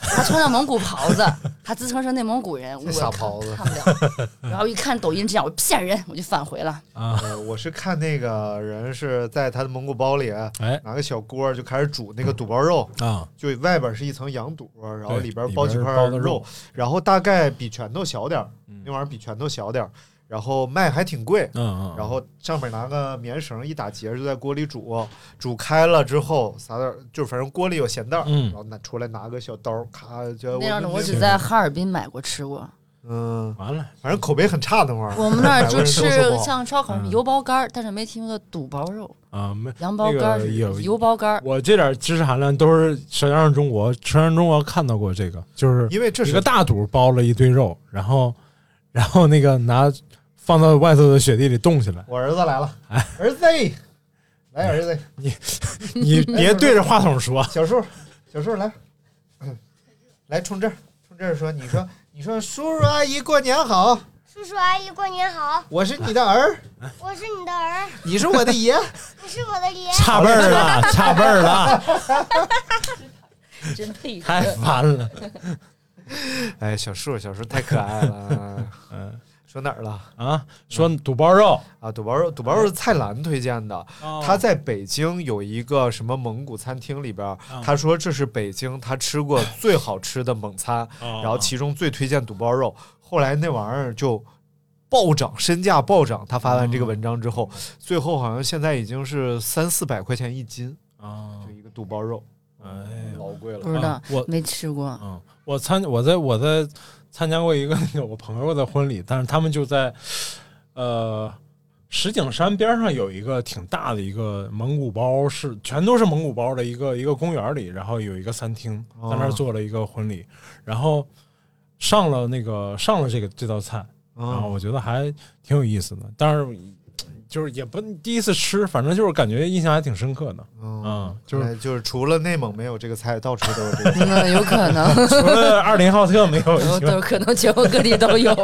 他穿着蒙古袍子，他自称是内蒙古人，我
这傻
看
狍子
看不了。然后一看抖音这样，我骗人，我就返回了。
呃，我是看那个人是在他的蒙古包里
哎
拿个小锅儿就开始煮那个肚包肉，
啊，
就外边是一层羊肚，然后
对
里边
里
包
边
几块
包的
肉
肉，
然后大概比拳头小点儿，
嗯
那玩意儿比拳头小点儿，然后卖还挺贵。
嗯嗯，
然后上面拿个棉绳一打结，就在锅里煮，煮开了之后撒点儿，就反正锅里有咸蛋儿，
嗯
然后拿出来拿个小刀，咔就
那样呃的我
那
只在哈尔滨买过吃 过，
嗯，
完了，
反正口碑很差那玩意儿。
我们那儿就
百味人都
吃
说
像烧烤什么
嗯
油包干儿，但是没听过肚包肉、
啊，没，
羊包干儿
那个、有
油包干儿。
我这点知识含量都是《舌尖上的中国》，《舌尖上的中国》看到过这个，就是
因为这
一
是
个大肚包了一堆肉，然后，然后那个拿放到外头的雪地里冻起来。
我儿子来了，儿子，哎来儿子，
你别对着话筒 说，
小树，小树来， 来冲这儿，冲这儿说，你说，你说，叔叔阿姨过年好，
叔叔阿姨过年好，
我是你的儿，
我是你的儿，
你是我的爷，
你是我的爷。
差辈儿了，差辈儿了，
真配合。
太烦了。
哎，小树，小树太可爱 了，
嗯
说哪儿了
啊，说肚包肉，
啊？肚包肉，肚包肉是蔡澜推荐
哦
的，他在北京有一个什么蒙古餐厅里边儿，
嗯
他说这是北京他吃过最好吃的蒙餐，
然
然后其中最推荐肚包肉。后来那玩意儿就暴涨，身价暴涨。他发完
哦
这个文章之后，最后好像现在已经是三四百块钱一斤，
啊
就，一个肚包肉，
哎呀
老贵了
不。知道
啊，我
没 吃过。
嗯，我参我在我在参加过一个那个我朋友的婚礼，但是他们就在呃石景山边上有一个挺大的一个蒙古包是全都是蒙古包的一个一个公园里，然后有一个餐厅，
哦
在那儿做了一个婚礼，然后上了那个上了这个这道菜，然后
嗯，
我觉得还挺有意思的，但是。就是也不第一次吃，反正就是感觉印象还挺深刻的。嗯，就是
哎就是除了内蒙没有这个菜，到处都有这个菜。
嗯，有可能，
除了二零浩特没 有
有
以外，
都可能全国各地都有，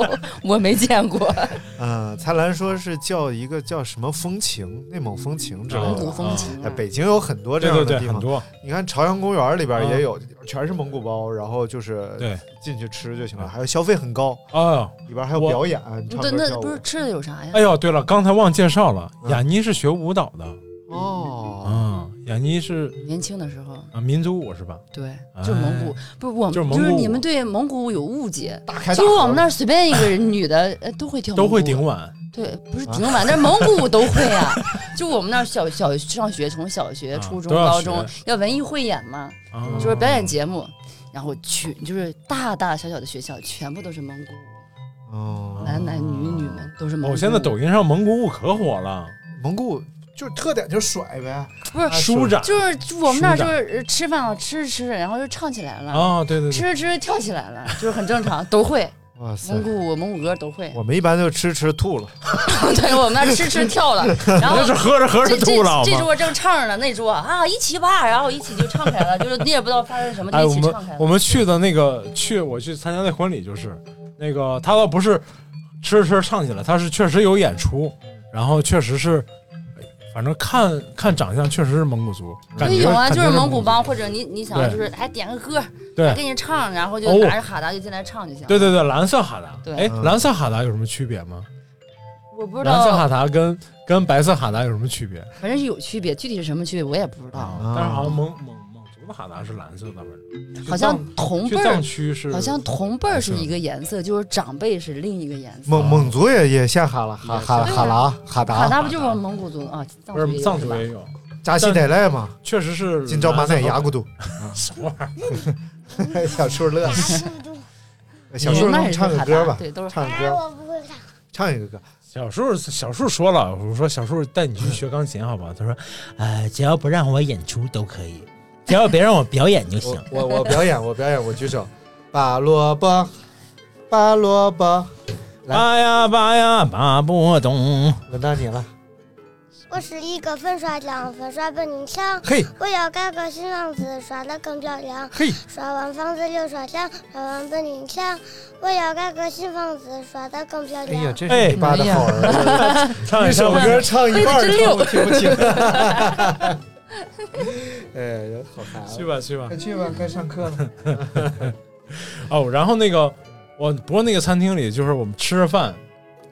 我没见过
嗯，蔡澜说是叫一个叫什么风情，内蒙风情之类
蒙
蒙
的
古
古。
风
风
情啊
情
哎，北京有很多这
对
样
对
的地
对，很
方，
多
你看朝阳公园里边
嗯
也有，全是蒙古包，然后就是
对
进去吃就行了，还有消费很高，
啊。
里边还有
我
表演，唱
对，
歌
那
跳舞
不是吃的有啥呀
哎？呦，对了，刚才忘介绍了，
嗯
雅妮是学舞蹈的，
哦，
嗯，雅妮是
年轻的时候，
啊民族舞是吧？
对，就是蒙古，不是我们，
哎就是蒙
是
古
你们对蒙古有误解。
大开
其
大
实
合
我们那儿随便一个人女的，呃，都会跳，
都会顶。啊碗，
对，不是顶碗，但是蒙古舞都会啊。就我们那儿小小上学，从小学、
啊
初中、
都要
高
学
中要文艺汇演嘛，
啊
就是表演节目，然后去就是大大小小的学校全部都是蒙古舞，
哦，
男男女女们都是蒙古舞。
啊哦，现在抖音上蒙古舞可火了，
蒙古就是特点就是甩呗，
不是
啊舒展
就是我们那儿
舒
就
展
是呃吃饭啊，吃着吃着，然后就唱起来了，
啊，对对
吃
对，
着吃着跳起来了，就是很正常，都 会
哇塞
蒙，古舞、蒙古歌都会。
我们一般就吃吃吐了，
对，我们那儿吃吃跳 了，然后
那是喝着喝
这
着
这
吐了好
这
吗？
桌正唱着呢，那桌啊一起吧，然后一起就唱开了，就是你也不知道发生什么，
哎，
就一
我
起
们
唱开了。
我们去的那个去我去参加那婚礼就是那个他倒不是吃着吃着唱起来，他是确实有演出，然后确实是。反正看看长相，确实是蒙古族，感
就
觉
有啊，
肯
就
定
是
是
蒙古
古
帮，
族。
或者你你想
对
就是还点个歌，
对
给你唱，然后就
哦
拿着哈达就进来唱就行。
对，对对，蓝色哈达。
对
哎，
嗯
蓝色哈达有什么区别吗？
我不知
蓝色哈
道，
达跟跟白色哈达有什么区别？
啊
反正是有区别，具体是什么区别我也不知道，
但啊是好像蒙蒙蒙族的哈达是蓝色的，反正
好像同
去
辈儿
藏。区是
好像同辈儿是一个颜色，就是长辈是另一个颜色。
蒙蒙族也也下哈拉哈
也是
哈哈拉哈
卡
达
达不就是我们蒙古族啊？藏
不是藏
族
族
也有
也
吧
有，
扎西德勒嘛，
确实是
今朝满载牙骨。肚，
什么玩意儿？
小树乐
打，速度，
小
我
树
们那
能
也是
唱个
卡
歌
达
吧，
对，都是哈
唱
哎
个，歌，
我不会打。
唱一个歌，
小树小树说了，我说小树带你去学钢琴好吧？他说，
嗯
呃，只要不让我演出都可以，只要别让我表演就
我我我表演，我表演，我举手，拔萝卜，拔萝卜，来
拔呀拔呀拔不动，
轮到你了，
我使一个粉刷两粉刷本领强，
嘿
我要盖个新房子，刷得更漂亮。
嘿，
刷完房子又刷墙，刷完本领强，我要盖个新房子，刷得更漂
哎
亮。
呀，这是你爸的好 儿
唱
子，一首歌唱一半儿
哎真溜
都听不 清，哎，好孩
去
子，
吧去吧
快。去吧，该上课了，
哦，然后那个我不过那个餐厅里就是我们吃着饭，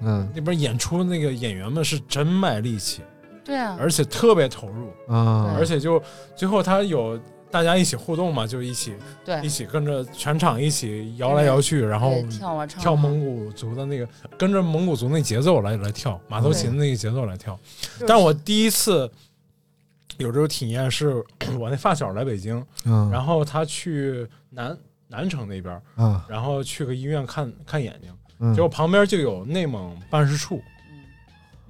嗯
那边演出那个演员们是真卖力气，
对啊，
而且特别投入，
啊
嗯
而且就最后他有大家一起互动嘛，就一起一
对，
起跟着全场一起摇来摇去，然后
对跳啊唱啊
跳蒙古族的那个，跟着蒙古族那节奏来来跳，马头琴的那个节奏来跳。但我第一次有这种体验是 我那发小来北京，
嗯
然后他去南南城那边，
啊
然后去个医院看看眼睛，
嗯
结果旁边就有内蒙办事处，嗯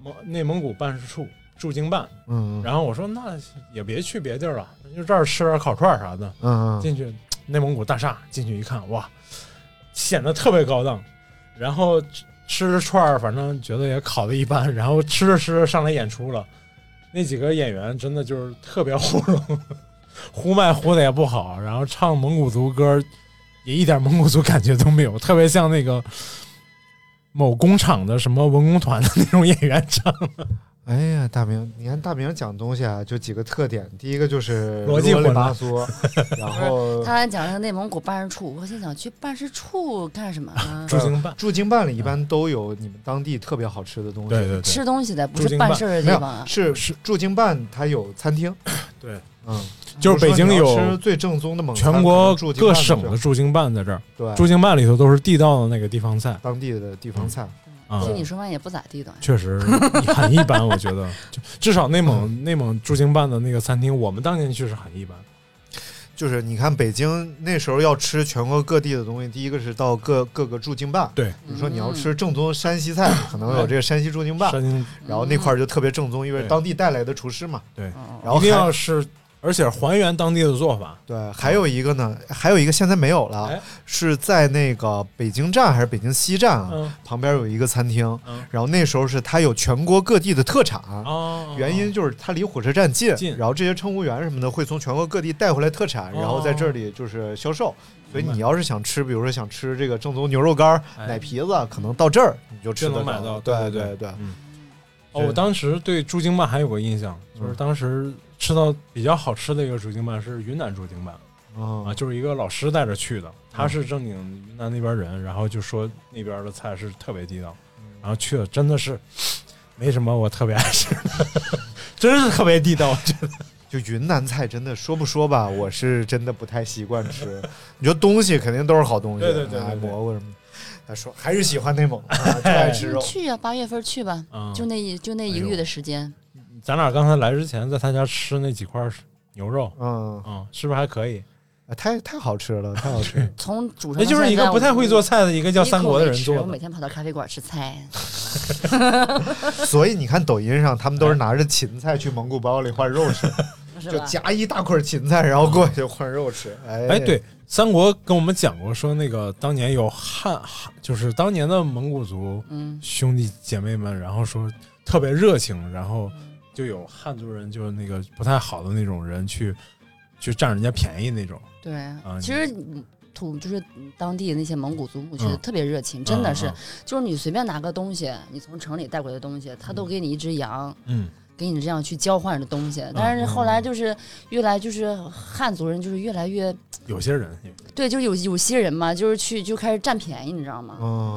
蒙内蒙古办事处驻京办。
嗯
然后我说那也别去别地儿了，就这儿吃点烤串儿啥的。
嗯
进去内蒙古大厦，进去一看，哇，显得特别高档。然后吃吃着串儿，反正觉得也烤的一般。然后吃着吃着上来演出了，那几个演员真的就是特别糊弄， 呼麦呼的也不好，然后唱蒙古族歌也一点蒙古族感觉都没有，特别像那个某工厂的什么文工团的那种演员唱。
哎呀，大明，你看大明讲东西啊，就几个特点，第一个就是
逻辑
啰里
混
八
乱
嗦， 然后
他还讲那个内蒙古办事处，我心想去办事处干什么啊？
驻京办，
驻京办里一般都有你们当地特别好吃的东西，
对对对
吃东西的不
驻
是
京
办
办
事儿的
没
地
有
方啊。
是
是
驻京办它有餐厅，
对，
嗯，
就是北京
比如说
有
你要吃最正宗的蒙餐，
全
可
国
能驻京
各
办最
省
好
的驻京办在这儿。驻
对
京办里头都是地道的那个地方菜
当地的地方菜，
啊，
听你说完也不咋地的，
确实 很一般，我觉得，就至少内蒙内蒙驻京办的那个餐厅，我们当年去是很一般。
就是你看北京那时候要吃全国各地的东西，第一个是到各各个驻京办，
对，
比如说
嗯
你要吃正宗山西菜，可能有这个山西驻京办，
山东
然后那块儿就特别正宗，因为
对
当地带来的厨师嘛，
对，
嗯，
然后
一定
还
要是，而且还原当地的做法。
对，还有一个呢，还有一个现在没有了，
哎
是在那个北京站还是北京西站啊？
嗯
旁边有一个餐厅，
嗯
然后那时候是它有全国各地的特产，
啊，
原因就是它离火车站近，
近
然后这些乘务员什么的会从全国各地带回来特产，
哦
然后在这里就是销售。所以
明白
你要是想吃，比如说想吃这个正宗牛肉干儿、
哎
奶皮子，可能到这儿你就吃
就
得
能买到。
对
对
对对，
嗯。哦，我当时对猪经拌还有个印象，
嗯
就是当时吃到比较好吃的一个猪经拌是云南猪经拌啊，
嗯，
就是一个老师带着去的，他是正经云南那边人，然后就说那边的菜是特别地道，然后去了真的是没什么我特别爱吃的， 真 是特别地道，我觉得
就云南菜真的说不说吧，我是真的不太习惯吃。你说东西肯定都是好东西，
对对对对
哎
对
蘑菇什么的。他说还是喜欢内蒙， 啊，就爱吃肉。
去啊，八月份去吧，
嗯
就那一就那一个月的时间，
咱俩刚才来之前在他家吃那几块牛肉，
嗯，
嗯，是不是还可以？
啊太太好吃了，太好吃了。
从煮成
那就是一个不太会做菜的一个叫
一
三
口
国的
没
人
吃
做
我每
的，
天跑到咖啡馆吃 菜，
所以你看抖音上，他们都是拿着芹菜去蒙古包里换肉吃，
是
就
吧？
夹一大块芹菜，然后过去换肉吃。哎
哎，，对，三国跟我们讲过，说那个当年有汉，汉就是当年的蒙古族
嗯，
兄弟姐妹们，然后说特别热情，然后就有汉族人，就是那个不太好的那种人去去占人家便宜那种，
对。
啊你
其实嗯土就是当地那些蒙古族牧区
嗯
特别热情，真的是
嗯，
就是你随便拿个东西，你从城里带过来的东西，他都给你一只羊，
嗯，
给你这样去交换的东
啊
西。但是后来就是越来就是汉族人就是越来越
有些人
对，就是有有些人嘛，就是去就开始占便宜，你知道
哦
吗？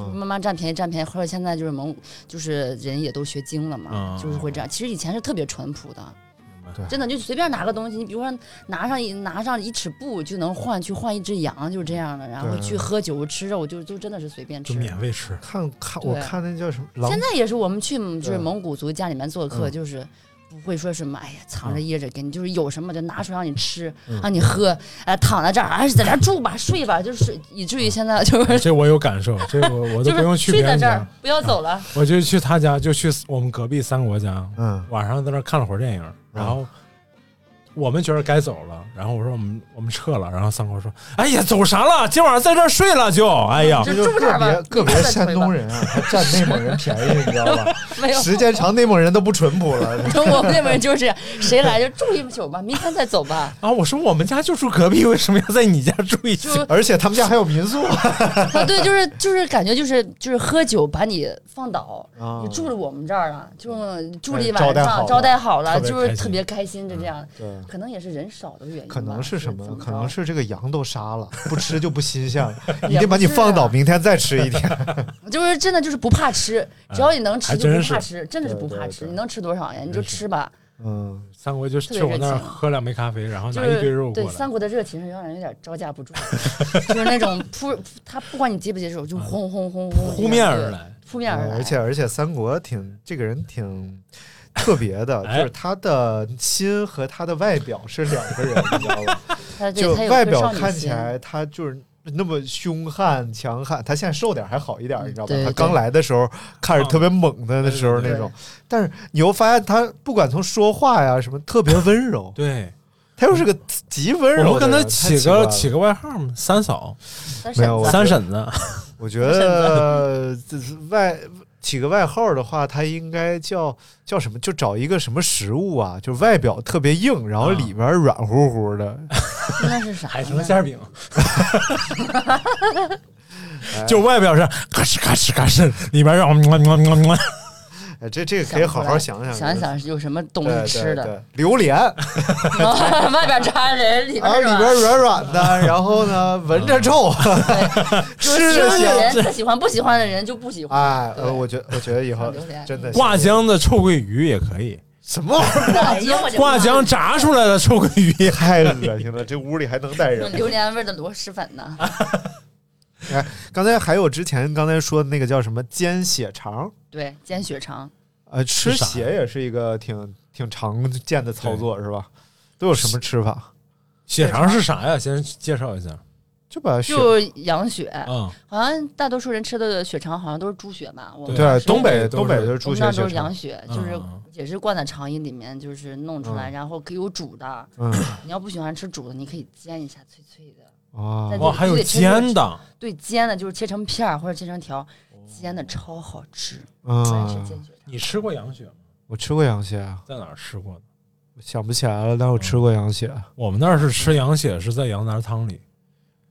嗯，
慢慢占便宜，占便宜，或者现在就是蒙，就是人也都学精了嘛，
嗯
就是会这样。其实以前是特别淳朴的，
对
真的就随便拿个东西，你比如说拿上一拿上一尺布就能换去换一只羊，就是这样的。然后
对
去喝酒吃肉，就就真的是随便
就
吃。
免费吃，
看看
对
我看那叫什么狼
现在也是我们去就是
对
蒙古族家里面做客，
嗯
就是。不会说什么，哎呀，藏着掖着给你，就是有什么就拿出来让你吃，
嗯
让你喝，哎，躺在这儿，哎，在这儿住吧，睡吧，就是以至于现在
嗯
就是
这我有感受，这我我
就
都不用
是
去
睡
别
在
人
这儿
家，，
不要走了。
我就去他家，就去我们隔壁三国家，
嗯
晚上在那儿看了会儿电影，然后
啊
我们觉得该走了，然后我说我们我们撤了，然后三国说，哎呀，走啥了？今晚上在这儿睡了就，哎呀，
这就
住这
个
儿吧
别个别
你看再
山
推吧
东人啊，还占内蒙人便宜，你知道吧？
没 有，
时间长，内蒙人都不淳朴 了。
我们那边就是谁来就住一宿吧，明天再走吧。
啊，我说我们家就住隔壁，为什么要在你家住 一宿
就？
而且他们家还有民宿，
啊，对，就是就是感觉就是就是喝酒把你放倒，
啊哎
你住了我们这儿了，就住了一
招
晚
待好
上，
了
招待好了，
特别开
就是
心
特别开心，就这样。
对，
可能也是人少的原因吧，
嗯可能是什么
就
呢？
怎
可
着
能是这个羊都杀了，不吃就不新鲜了，一
也
定把
不
你
是
放倒，明天再吃一天。
就是啊真的就是不怕吃，只要你能吃
啊还
就
真
不
是
怕吃，真的是不
对
怕
对
吃，
对
你能吃多少呀？你就吃吧，
嗯，
三国就去我那儿喝两杯咖啡，然后
就
拿一堆
是
肉
对
过来
三，国的热情是让人有点招架不住， 就是那种扑他不管你接不接受，就轰轰轰轰
嗯扑面而
对，
来。
扑面而来，
嗯而且而且三国挺这个人挺特别的，
哎
就是他的心和他的外表是两个人，你知道吧？
他对
就
他有
外
对
表
少女
看
心
起来他就是。那么凶悍强悍，他现在瘦点还好一点，你知道吧
嗯对？嗯
他
对
刚来的时候看着特别猛的那时候
对
那种，但是你又发现他不管从说话呀什么特别温柔，
对，
他又是个极温
我
柔
们
的
跟
人。
他
太
起
奇怪
个
了
起个外号嘛，三嫂、
但
没有
是
我
三婶子，
我觉得这是外起个外号的话，他应该叫叫什么？就找一个什么食物啊，就外表特别硬，然后
啊
里边软乎乎的。
那是啥呢？
海城馅饼，就外表是嘎吱嘎吱嘎吱，里边让么么么么，
哎，这这个
想
可以
不
好
出
好
来
想想。
想一想有什么东
对
西
对
吃的，
对榴莲啊，
然后 外边扎人，里边
里
是吧
边软软的，嗯然后呢闻着臭，
就是
吃
喜
着
欢
香。
的人，不喜欢不喜欢的人就不喜欢。
哎，
对
呃，我觉得我觉得以后
榴莲
真的
挂浆的臭鳜鱼也可以，
什么玩意儿
哎呀我这
挂浆炸出来的臭鳜鱼也
太恶心了，这 屋里还能带 人吗？
榴莲味儿的螺蛳粉呢？
啊
刚才还有之前刚才说的那个叫什么煎血肠，
对，煎血肠，
呃，吃
啥
血也是一个挺挺常见的操作，是吧？都有什么吃法？
血肠是啥呀？先介绍一下。
就把雪
就羊血，
嗯，
好像大多数人吃的血肠好像都是猪血吧？我们
对
那
对
儿是
东北
都是
东北就是
我
猪
们
血
那儿
血
都是
肠
羊，血，就是
嗯
也是灌在肠衣里面，就是弄出来，然后可以有煮的。
嗯
你要不喜欢吃煮的，你可以煎一下，脆脆的。
啊
但，
哇，还有煎的，
对，煎的就是切成片儿或者切成条，煎的超好吃。
哦
全是
嗯，
煎血肠。
你吃过羊血吗？
我吃过羊血，啊，
在哪儿吃过呢？
我想不起来了，但我吃过羊血，
我们那儿是吃羊血，是在羊杂汤里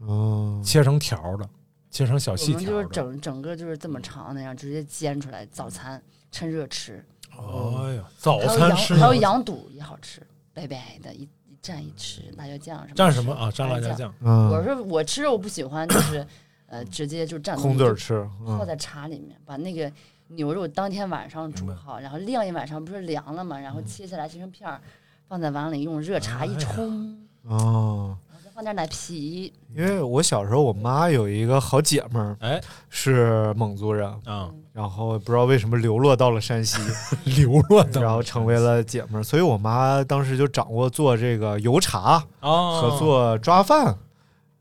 嗯，
切成条儿的，切成小细
我们
条
就
儿
是
的。
整整个就是这么长那样，直接煎出来，早餐趁热吃。
哎
哦
呀，早
还有
餐
羊
吃
还有
什么
羊肚也好吃，白白的一一蘸一吃，辣椒酱什么
蘸
的
什么啊？蘸辣椒
酱。
酱。
我
嗯，
说我吃肉不喜欢，就是呃直接就蘸
空嘴儿吃，
泡
嗯
在茶里面，把那个牛肉当天晚上煮
明白
好，然后晾一晚上，不是凉了嘛，然后
嗯
切下来切成片儿，放在碗里用热茶
哎
一
呀
冲，
哦。
然后再放点奶皮，
因为我小时候，我妈有一个好姐们儿
哎，
是蒙族人，
啊，
然后不知道为什么流落到了山西，
流落的，
然后成为了姐们儿，所以我妈当时就掌握做这个油茶
啊
和做抓饭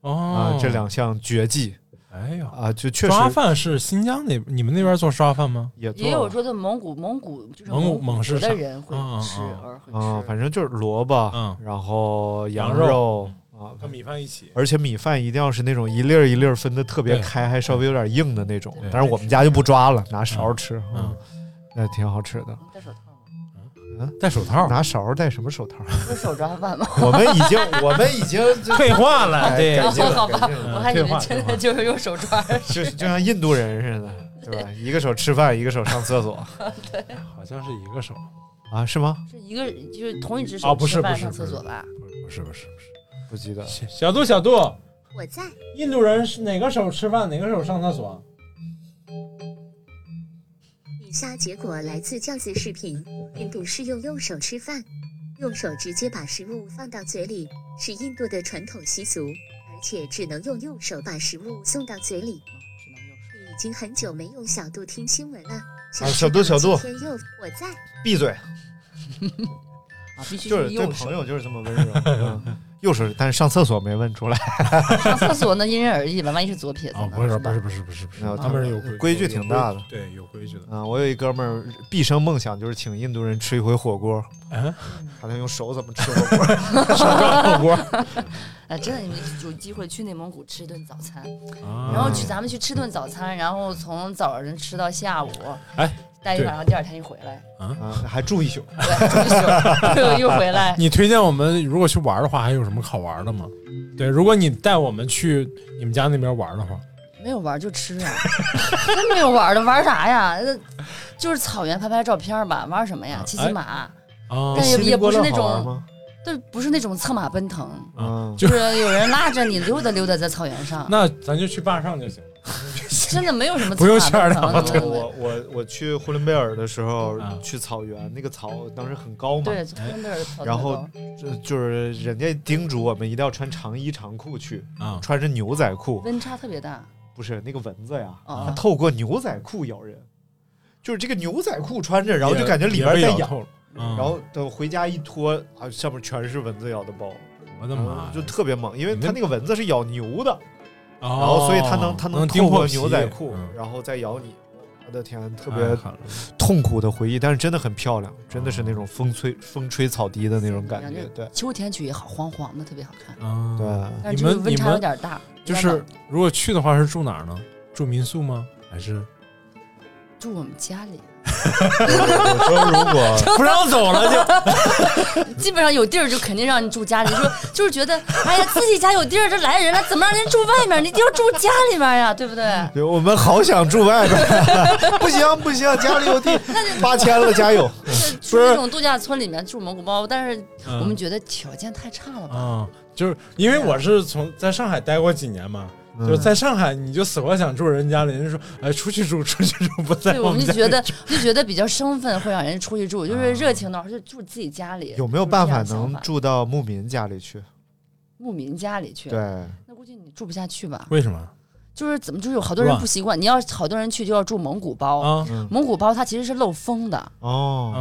哦
啊这。两项绝技
哎呀，
啊，就确实
抓饭是新疆那你们那边做抓饭吗？
也
也有
做
说的蒙古蒙古就是
蒙古
古
蒙
族
氏
的
茶
人会
嗯嗯
吃
嗯
而会
啊，
吃，
反正就是萝卜
嗯，
然后羊
羊嗯
肉啊，
和米饭一起。
而且米饭一定要是那种一粒儿一粒儿分的特别
对
开，还稍微有点硬的那种
对，
但是我们家就不抓了，拿勺吃，嗯
嗯，，
那挺好吃的。
你戴手套吗？
戴手套，
拿勺儿 戴什么手套？
不是手抓 饭吗？
我们已经，我们已经 就
退化
啊
了，
哎
对
改，进了，
好吧
改进了，
我还以
退
为
化
真
退
的
化
就是用手抓，
就就像印度人似的，对吧？一个手吃饭，一个手上厕 所
好像是一个手，
啊？是吗？
是一个就是同一只
哦
手
不是
吃饭
不是
上
不
厕
是
所吧？
不是不是不是，
不记得。
小度小度，
我在，
印度人是哪个手吃饭，哪个手上厕所？
以下结果来自教子视频。印度是用右手吃饭，用手直接把食物放到嘴里，是印度的传统习俗，而且只能用右手把食物送到嘴里。
嗯只能用手。
已经很久没用小度听新闻了。
啊小度小度
今天又我在。
闭嘴，
啊，必须
就是对
右手
朋。友就是这么温 柔。嗯右手，但是上厕所没问出来，
上厕所呢，因人而异吧，万一是左撇子
哦
啊，
呢？
不是
吧
不是不是不是不是
没有，
他们是有规
规矩挺大的，
对，有规矩的。
啊！ 我有一哥们儿，毕生梦想就是请印度人吃一回火锅，
嗯，
看他用手怎么吃火 锅。
手抓火锅，
哎，真的，你们有机会去内蒙古吃一顿早餐，
啊
然
然
后去咱们去吃顿早餐，然后从早上吃到下午，
哎，
待一
对
晚上，第二天一回来，
啊，还住一宿，
对，住一宿，对， 又回来。
你推荐我们如果去玩的话，还有什么好玩的吗？对，如果你带我们去你们家那边玩的话，
没有玩儿就吃啊，真没有玩儿的，玩儿啥呀？呃就是草原拍拍照片儿吧，玩儿什么呀
啊？
骑骑马，
啊
但，也
锡林
也不
郭
是
勒
那
好玩
种
吗？
对，不是那种策马奔腾，
嗯，
就是有人拉着你溜达溜达在草原上，
那咱就去坝上就行。
真的没有什么
不用
策马奔
去二
腾
档
的
啊对
东西。
呃我我我去呼伦贝尔的时候
啊，
去草原，那个草当时很高嘛，
哎
对，从那边儿的草
然后
特高
这就是人家叮嘱我们一定要穿长衣长裤去，
啊，
穿着牛仔裤，
温差特别大。
不是那个蚊子呀，
哦
它透过牛仔裤咬人，就是这个牛仔裤穿着，然后就感觉里边
也
在
被嗯
痒，
透了。然
然后等回家一脱啊，上面全是蚊子咬的包，
我的妈呀，
就特别猛，因为
你
它
们
那个蚊子是咬牛的，
然
然后所以它能它
能
透
破
过牛仔裤，
嗯哎
然后再咬你。我的天，特
太
别
狠了
痛苦的回忆，但是真的很漂亮，真的是那种风吹风吹草低的那种感觉，对
秋天去也好，黄黄的特别好看，
啊！
对。
但
你
是就是
们
温
你
差有
们
点大。
就是如果去的话是住哪儿呢？住民宿吗？还 是
住我们家里，
我说如果
不让走了就？
基本上有地儿就肯定让你住家里，说 就是觉得，哎呀，自己家有地儿，这来人了，怎么让人住外面？你就住家里面呀，对不对？
对，我们好想住外边儿，不行不行，家里有地，八千了，加油！
住那种度假村里面住蒙古包，但是我们
嗯
觉得条件太差 了吧？
啊，就是因为我是从在上海待过几年嘛，
嗯
就是在上海你就死活想住人家里，人家说哎出去住出去住，不在
对，我们
家
就
里
觉得就觉得比较生分，会让人出去住，就是热情的，就住自己家里。
有没有办法
就是这样的想
能
法
住到牧民家里去？
牧民家里去？
对，
那估计你住不下去吧？
为什么？
就是怎么就是有好多人
乱
不习惯，你要好多人去就要住蒙古包，
啊
嗯
蒙古包它其实是漏风的，
哦，
啊，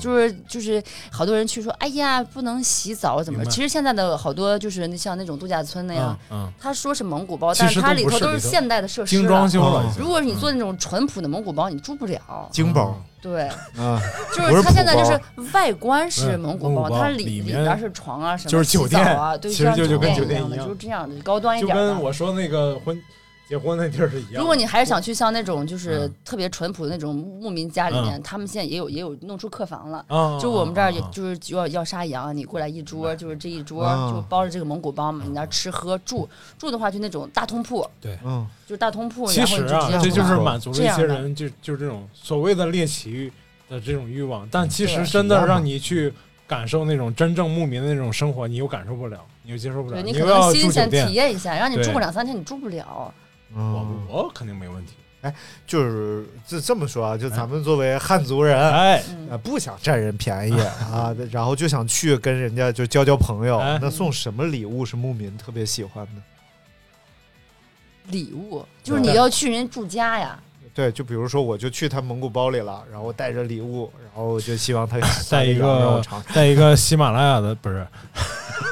就是就是好多人去说，哎呀不能洗澡怎么
明
的？
白
其实现在的好多就是那像那种度假村那样，
嗯，
他说是蒙古包，
其
但
实
是它
都
里
不
头
是
都
里
是啊
头
现代的设施
精
了
装。修了已经。
如果是你做那种淳朴的蒙古包，你住不了。
京包
对，
啊，
就
我是
是它现在
普包
就是外观是
嗯
蒙古
蒙古
包，
包
它
里
里
面
边是床啊什么，
就是酒店
洗 澡啊，对，
其实
像
就就跟
酒
酒店
一样
一
的，
样
就是这样的高端一
就
点的。
跟我说那个婚结婚那地儿是一样的。
如果你还是想去像那种就是
嗯
特别淳朴的那种牧民家里面，他们现在也有也有弄出客房了。
啊，
就我们这儿也
啊
就是要要杀羊，你过来一桌，就是这一桌
哦
啊
就包着这个蒙古包嘛，你那儿吃喝住住的话就那种大通铺，
嗯，
就是大通铺，
其
然后
实
你
啊，
直
这
接
就
就是
出来
满足了
这
一
样
些
的
人就就这种所谓的猎奇欲的这种欲望，但其实
嗯对啊
真的让你去感受那种真正牧民的那种生活，你又感受不了，你又接受不了，
对你
你
可
又
能
要
新
住酒
鲜体
店，
验一下，让你住
对
个两三天你住不了。
我
嗯，
我肯定没问题。
就是这这么说啊，就咱们作为汉族人。
哎，
嗯
啊，不想占人便宜啊，然后就想去跟人家就交交朋友
哎。
那送什么礼物是牧民特别喜欢的？
礼物就是
对
你要去人住家呀，
对，就比如说，我就去他蒙古包里了，然后带着礼物，然后我就希望他
带一个
羊让我尝尝
在一个喜马拉雅的不是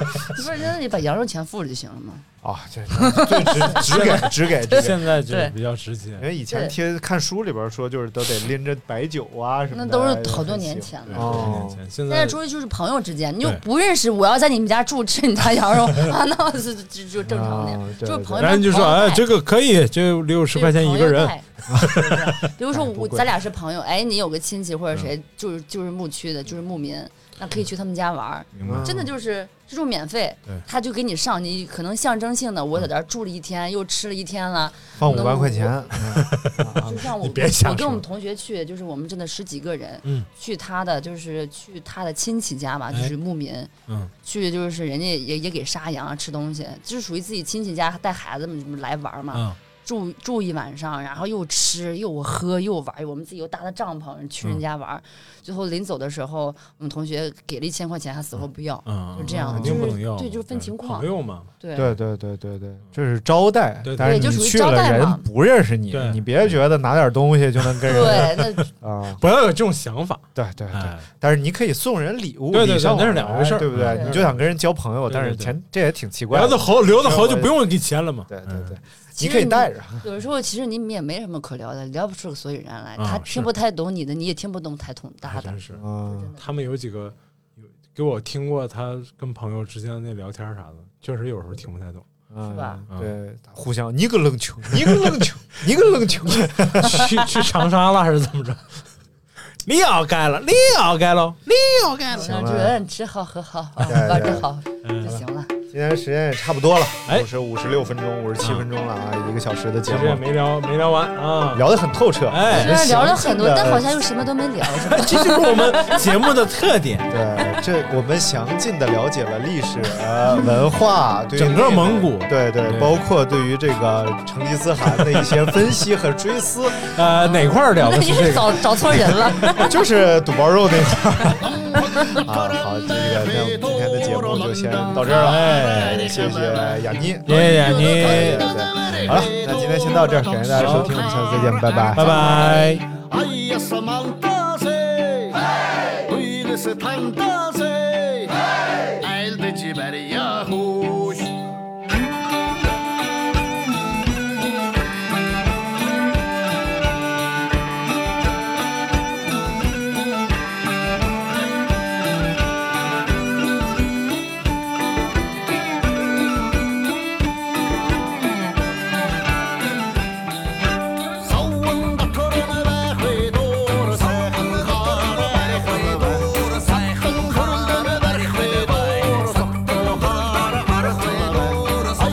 你不是那你把羊肉钱付了就行了 吗？
啊，这对只只给只给只给，
现在就
对
比较直接
因，为以前
对
听看书里边说，就是都得拎着白酒啊什么
那
的，
都
哎
是好多年。前
对，
了。
哦
多年前现
现在
在
出去就是朋友之间，你就
对
不认识，我要在你们家住吃你家羊肉 啊，那是就就正常
啊
的呀。
的
就是朋友
人家就说哎，
带
这个可以，就六十
对
块钱一个人，。
朋友带是不是比如说
哎不
我
贵
咱俩是朋友，哎，你有个亲戚
嗯
或者谁，就是就是牧区的，就是牧民，那可以去他们家玩儿。
明白？
真的就是这种免费
嗯对，嗯
他就给你上，你可能象征性的，我在这儿住了一天，又吃了一天了。
放五万块钱，嗯
就像我，
啊你别瞎
我跟
说
我们同学去，就是我们真的十几个人，
嗯
去他的就是去他的亲戚家嘛，
哎
就是牧民，
嗯，
去就是人家也也给杀羊啊吃东西，就是属于自己亲戚家带孩子们来玩儿嘛，
嗯，
住住一晚上，然后又吃又喝又玩，我们自己又搭的帐篷去
嗯
人家玩儿。最后临走的时候，我们同学给了一千块钱，他死活不要。
嗯，
就这样
肯定不能要，嗯
就是对就是分情况
朋友嘛，
对
嗯对对对对对，这是招待
对对，
但是
对就
你
属于
去
招
了
待嘛
人不认识你
对，
你别觉得拿点东西就能跟人
对， 那
啊，
不要有这种想法，
对对对，
哎，
但是你可以送人礼物，
对对对
礼尚
那是
往来
两回事儿
对不对？
对
你就想跟人交朋友，
对对
但是
对
钱这也挺奇怪
聊
的
得，好，聊得好就不用给钱了嘛，嗯
对对对，
其
你
实
可以带着，
有时候其实你们也没什么可聊的，聊不出个所以然来。
啊
他
是
听不太懂你的，你也听不懂他懂
还
他的
真。是。
嗯
真的
他们有几个有给我听过他跟朋友之间那聊天啥的，确实有时候听不太懂。
是
吧
嗯
嗯
对，互相你个愣球， 你个愣球，你个愣 球，
去去长沙了还是怎么着？你要该了，你要该了，你要该了。
行了哎
主人吃好喝好，啊
对对
玩得好就
嗯，
行了。
今天时间也差不多了，
哎嗯
五十五十六分钟，五十七分钟了啊，一个小时的节
其实也
目，
没聊没聊完啊。
聊得很透彻，
哎
虽然聊了很多，
详尽地
但好像又什么都没聊，是吧？
这就是我们节目的特点，
对，这我们详尽的了解了历史、 呃、文化，对于
整个
那个
蒙古，
对对
对，
包括对于这个成吉思汗的一些分析和追思，
呃，哪块儿聊
那
的
你
是
是
这个？
找找错人了。
就是肚包肉那块儿啊。好，这个那我们今天的节目就先到这儿了，
哎，
谢谢雅妮。
谢谢雅
对对
妮，
对，好了，那今天先到这儿，感谢大家收听，我们下次再见，拜拜。
拜拜。
Ayısı mantazı Duyulusu tantazı Elde ciber yahuş Savunda torunu ve hıydor Sayhın hara ver hıydor Sayhın hara ver hıydor Soktu hara ver hıydor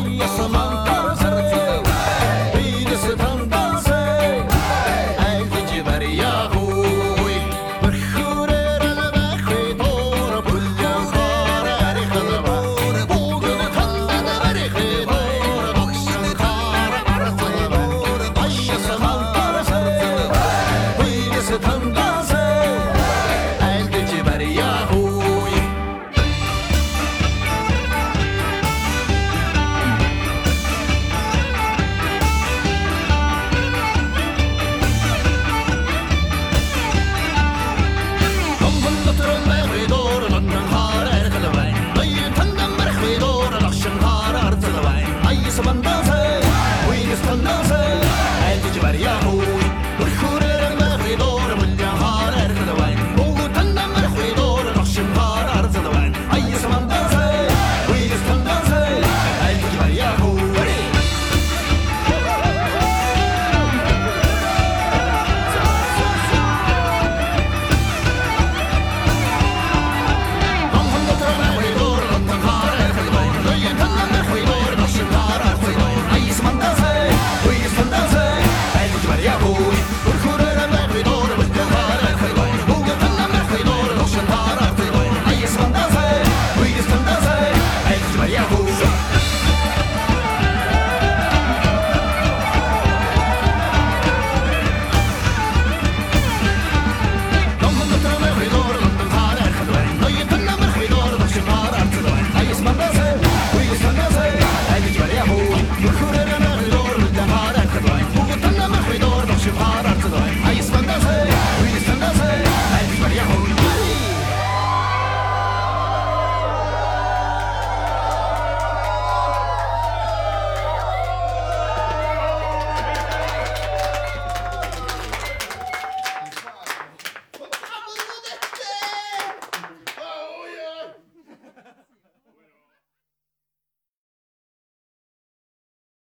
们的